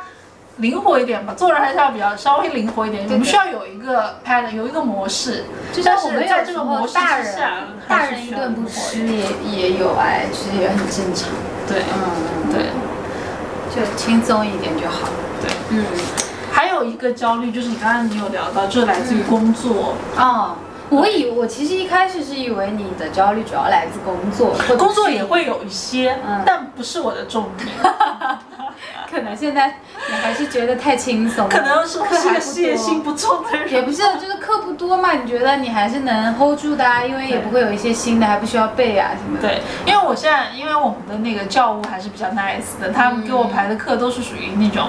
S2: 灵活一点吧，做人还是要比较稍微灵活一点。
S1: 对
S2: 我们
S1: 对
S2: 需要有一个 pattern，有一个模式。
S1: 就像
S2: 但
S1: 我
S2: 是
S1: 们
S2: 在
S1: 有
S2: 这
S1: 时
S2: 个模
S1: 候
S2: 式
S1: 大
S2: 之
S1: 人
S2: 下，
S1: 大
S2: 还是
S1: 人一
S2: 需要
S1: 顿
S2: 灵
S1: 不
S2: 活
S1: 吃
S2: 一点。
S1: 也也有哎，其实也很正常。
S2: 对，
S1: 嗯，
S2: 对，
S1: 就轻松一点就好。
S2: 对。
S1: 嗯，
S2: 还有一个焦虑就是你刚刚你有聊到，就是来自于工作。
S1: 哦，我以我其实一开始是以为你的焦虑主要来自工作，或者
S2: 工作
S1: 是
S2: 也会有一些，
S1: 嗯
S2: 但不是我的重点，
S1: 可能现在你还是觉得太轻松了，
S2: 可能是我
S1: 课
S2: 是
S1: 还不
S2: 个事业
S1: 多
S2: 心不重的
S1: 也
S2: 人。
S1: 不是，就是课不多嘛，你觉得你还是能 hold 住的啊，因为也不会有一些新的，还不需要背啊什么的。
S2: 对，因为我现在因为我们的那个教务还是比较 nice 的，他们给我排的课都是属于那种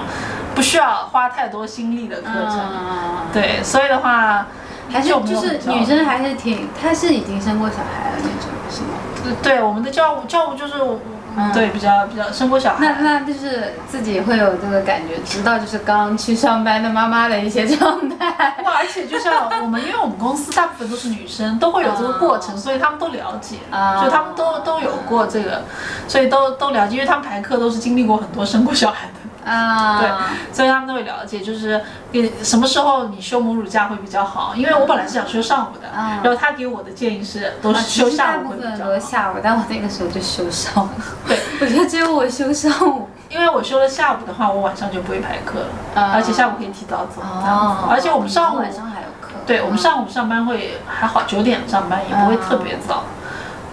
S2: 不需要花太多心力的课程。
S1: 嗯，
S2: 对，所以的话，
S1: 还是
S2: 就没
S1: 就
S2: 有
S1: 是
S2: 很焦虑
S1: 女生还是挺，她是已经生过小孩了那种，是吗？
S2: 对我们的教务教务就是我。
S1: 嗯
S2: 对，比较比较生过小
S1: 那
S2: 孩，
S1: 那就是自己会有这个感觉，知道就是刚去上班的妈妈的一些状态。
S2: 哇，而且就像我们，因为我们公司大部分都是女生，都会有这个过程，
S1: 啊
S2: 所以他们都了解，
S1: 啊
S2: 就他们都都有过这个，所以都都了解，因为他们排课都是经历过很多生过小孩的，
S1: 啊，
S2: 对，所以他们都会了解，就是给什么时候你休母乳假会比较好，因为我本来是想休上午的，
S1: 嗯
S2: 然后他给我的建议是都
S1: 啊
S2: 是
S1: 其实
S2: 休下
S1: 大
S2: 午
S1: 部
S2: 会
S1: 分
S2: 比
S1: 都是
S2: 较好，
S1: 下午，但我那个时候就休 上午。
S2: 对，
S1: 我觉得只有我休上午。
S2: 因为我休了下午的话，我晚上就不会排课了，
S1: 啊
S2: 而且下午可以提早走，这样
S1: 哦
S2: 子哦而且我们上午
S1: 晚上还有课。
S2: 对，我们上午上班会还好，九点上班也不会特别早，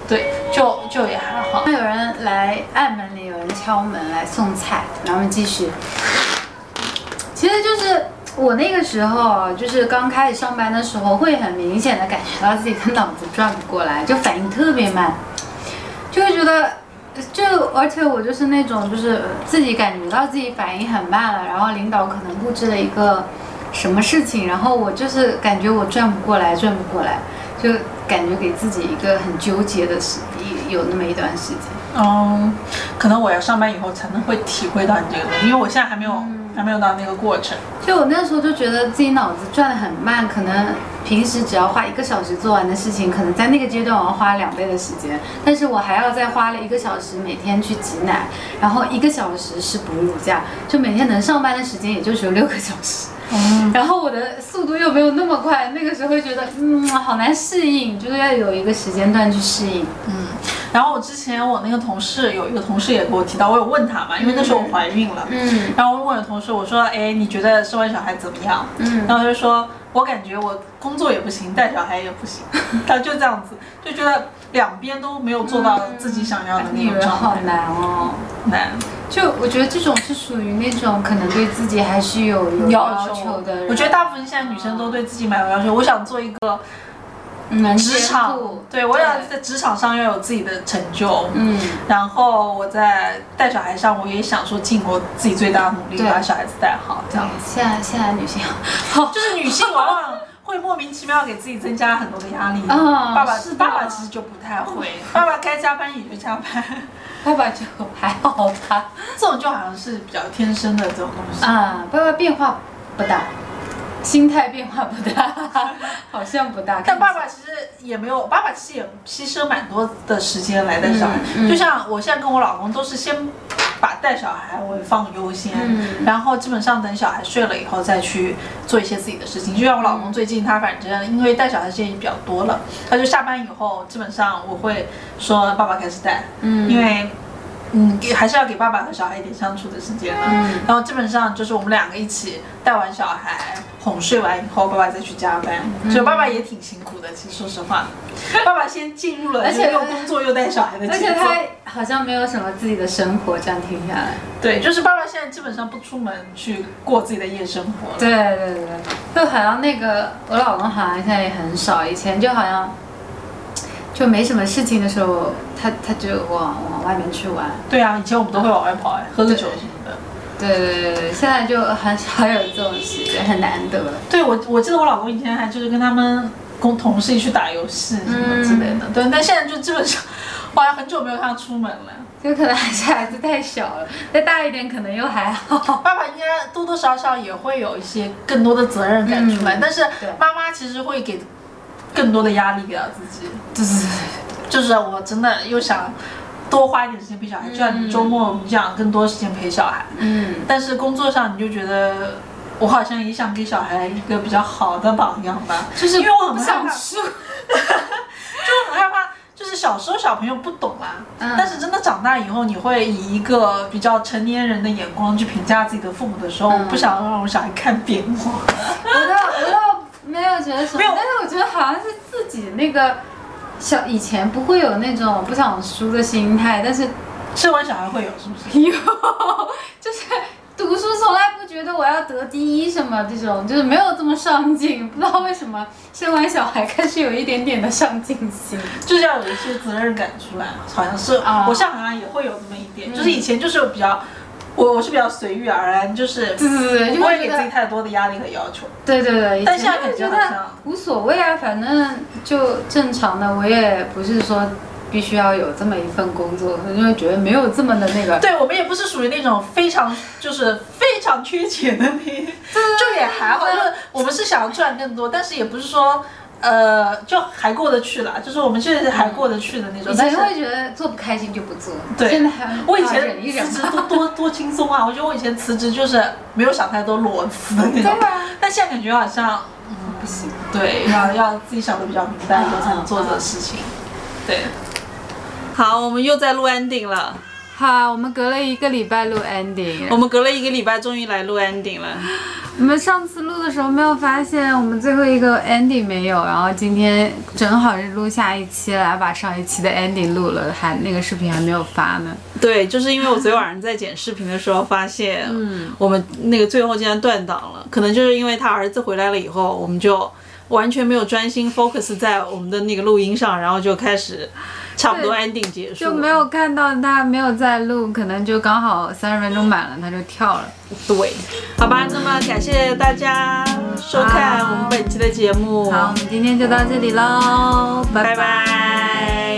S2: 对，就就也还好。
S1: 那有人来按门铃，有人敲门来送菜，然后我们继续。其实就是我那个时候啊，就是刚开始上班的时候，会很明显的感觉到自己的脑子转不过来，就反应特别慢，就会觉得，就而且我就是那种就是自己感觉到自己反应很慢了，然后领导可能布置了一个什么事情，然后我就是感觉我转不过来，转不过来，就感觉给自己一个很纠结的时，有那么一段时间。
S2: 嗯，可能我要上班以后才能会体会到你这个东西，因为我现在还没有、
S1: 嗯
S2: 还没有到那个过程。
S1: 就我那时候就觉得自己脑子转得很慢，可能平时只要花一个小时做完的事情，可能在那个阶段我要花两倍的时间，但是我还要再花了一个小时每天去挤奶，然后一个小时是哺乳假，就每天能上班的时间也就只有六个小时，
S2: 嗯，
S1: 然后我的速度又没有那么快，那个时候会觉得嗯好难适应，就是要有一个时间段去适应。
S2: 然后我之前我那个同事有一个同事也给我提到，我有问他嘛，因为那时候我怀孕了，
S1: 嗯
S2: 然后我问我同事，我说，哎，你觉得生完小孩怎么样？
S1: 嗯，
S2: 然后他就说，我感觉我工作也不行，带小孩也不行， 他就这样子，就觉得两边都没有做到自己想要的那
S1: 女
S2: 种
S1: 人好
S2: 状态，
S1: 难哦。
S2: 难。
S1: 就我觉得这种是属于那种可能对自己还是有有要求的人，
S2: 我觉得大部分现在女生都对自己蛮有要求。我想做一个
S1: 能
S2: 职场，对我想
S1: 要
S2: 在职场上要有自己的成就。
S1: 嗯
S2: 然后我在带小孩上，我也想说尽我自己最大的努力
S1: 对
S2: 把小孩子带好，这
S1: 对
S2: 样。，
S1: 现在现在女性嗯
S2: 就是女性往往会莫名其妙给自己增加很多的压力。
S1: 啊
S2: 爸爸
S1: 是的嗯
S2: 爸爸其实就不太会，爸爸该加班也就加班，
S1: 爸爸就还好吧，
S2: 这种就好像是比较天生的这种东西。
S1: 啊，爸爸变化不大，心态变化不大，好像不大，
S2: 但爸爸其实也没有，爸爸其实也牺牲蛮多的时间来带小孩。
S1: 嗯嗯
S2: 就像我现在跟我老公都是先把带小孩为放优先，
S1: 嗯
S2: 然后基本上等小孩睡了以后再去做一些自己的事情。就像我老公最近他反正因为带小孩时间也比较多了，他就下班以后基本上我会说爸爸开始带，
S1: 嗯
S2: 因为嗯给还是要给爸爸和小孩一点相处的时间的。
S1: 嗯
S2: 然后基本上就是我们两个一起带完小孩，哄睡完以后，爸爸再去加班，
S1: 嗯
S2: 所以爸爸也挺辛苦的。其实说实话，爸爸先进入了
S1: 而且
S2: 又工作又带小孩的
S1: 而
S2: 节
S1: 且
S2: 奏。
S1: 他好像没有什么自己的生活，这样听下来，
S2: 对，就是爸爸现在基本上不出门去过自己的夜生活了。
S1: 对对对，就好像那个我老公好像现在也很少，以前就好像。就没什么事情的时候，他他就往往外面去玩，
S2: 对啊，以前我们都会往外跑，哎喝个酒什么的。
S1: 对对对对，现在就很少有这种时间，很难得。
S2: 对，我我记得我老公以前还就是跟他们共同事一起去打游戏什么之类的。
S1: 嗯
S2: 对，但现在就基本上， 我好像很久没有看他出门了。
S1: 就可能小孩子太小了，再大一点可能又还好。
S2: 哦爸爸应该多多少少也会有一些更多的责任感出来，
S1: 嗯
S2: 但是
S1: 对
S2: 妈妈其实会给更多的压力给到自己。
S1: 对对
S2: 就是我真的又想多花一点时间陪小孩，就像你周末我们讲更多时间陪小孩，
S1: 嗯，
S2: 但是工作上你就觉得我好像也想给小孩一个比较好的榜样吧，
S1: 就是
S2: 因为我很
S1: 不
S2: 害怕
S1: 想输。
S2: 就很害怕。就是小时候小朋友不懂啊，
S1: 嗯
S2: 但是真的长大以后，你会以一个比较成年人的眼光去评价自己的父母的时候，
S1: 嗯
S2: 我不想让我小孩看扁我。
S1: 我倒我倒没有觉得什么
S2: 没有，
S1: 但是我觉得好像是自己那个小以前不会有那种不想输的心态，但是
S2: 生完小孩会有是 不是？
S1: 有，就是读书从来不觉得我要得第一什么这种，就是没有这么上进，不知道为什么生完小孩开始有一点点的上进心。
S2: 就是要有一些责任感出来，好像是、
S1: 啊嗯
S2: 我像好像也会有那么一点，就是以前就是比较，我我是比较随遇而安，就是
S1: 对对对，
S2: 不
S1: 就
S2: 会
S1: 会
S2: 给
S1: 觉
S2: 自
S1: 得
S2: 己太多的压力和要求。
S1: 对对对，以
S2: 但
S1: 前
S2: 现在
S1: 就
S2: 感
S1: 觉
S2: 觉好
S1: 得
S2: 像
S1: 无所谓啊，反正就正常的，我也不是说必须要有这么一份工作，我就觉得没有这么的那个。
S2: 对我们也不是属于那种非常就是非常缺钱的那，就也还好，就是我们是想要赚更多，但是也不是说。呃，就还过得去啦，就是我们现在还过得去的那种。
S1: 以
S2: 但
S1: 前
S2: 是
S1: 会觉得做不开心就不做，
S2: 对
S1: 现在还
S2: 我以
S1: 啊
S2: 前
S1: 忍一忍
S2: 辞职
S1: 吧。
S2: 多多多轻松啊！我觉得我以前辞职就是没有想太多裸辞的那种，
S1: 对啊
S2: 但现在感觉好像
S1: 不行，
S2: 对，要要自己想的比较明白，
S1: 嗯
S2: 我才能做这个事情。对。好，我们又在录 ending 了。
S1: 好，我们隔了一个礼拜录 ending，
S2: 我们隔了一个礼拜，终于来录 ending 了。
S1: 我们上次录的时候没有发现我们最后一个 ending 没有，然后今天正好是录下一期了，把上一期的 ending 录了，还那个视频还没有发呢。
S2: 对，就是因为我昨天晚上在剪视频的时候发现，
S1: 嗯
S2: 我们那个最后竟然断档了，可能就是因为他儿子回来了以后，我们就完全没有专心 focus 在我们的那个录音上，然后就开始差不多 ending 结束了，
S1: 就没有看到他没有在录，可能就刚好三十分钟满了，他就跳了。
S2: 对，好吧，那么感谢大家收看
S1: 好
S2: 我们本期的节目，
S1: 好，我们今天就到这里喽，
S2: 拜
S1: 拜
S2: 拜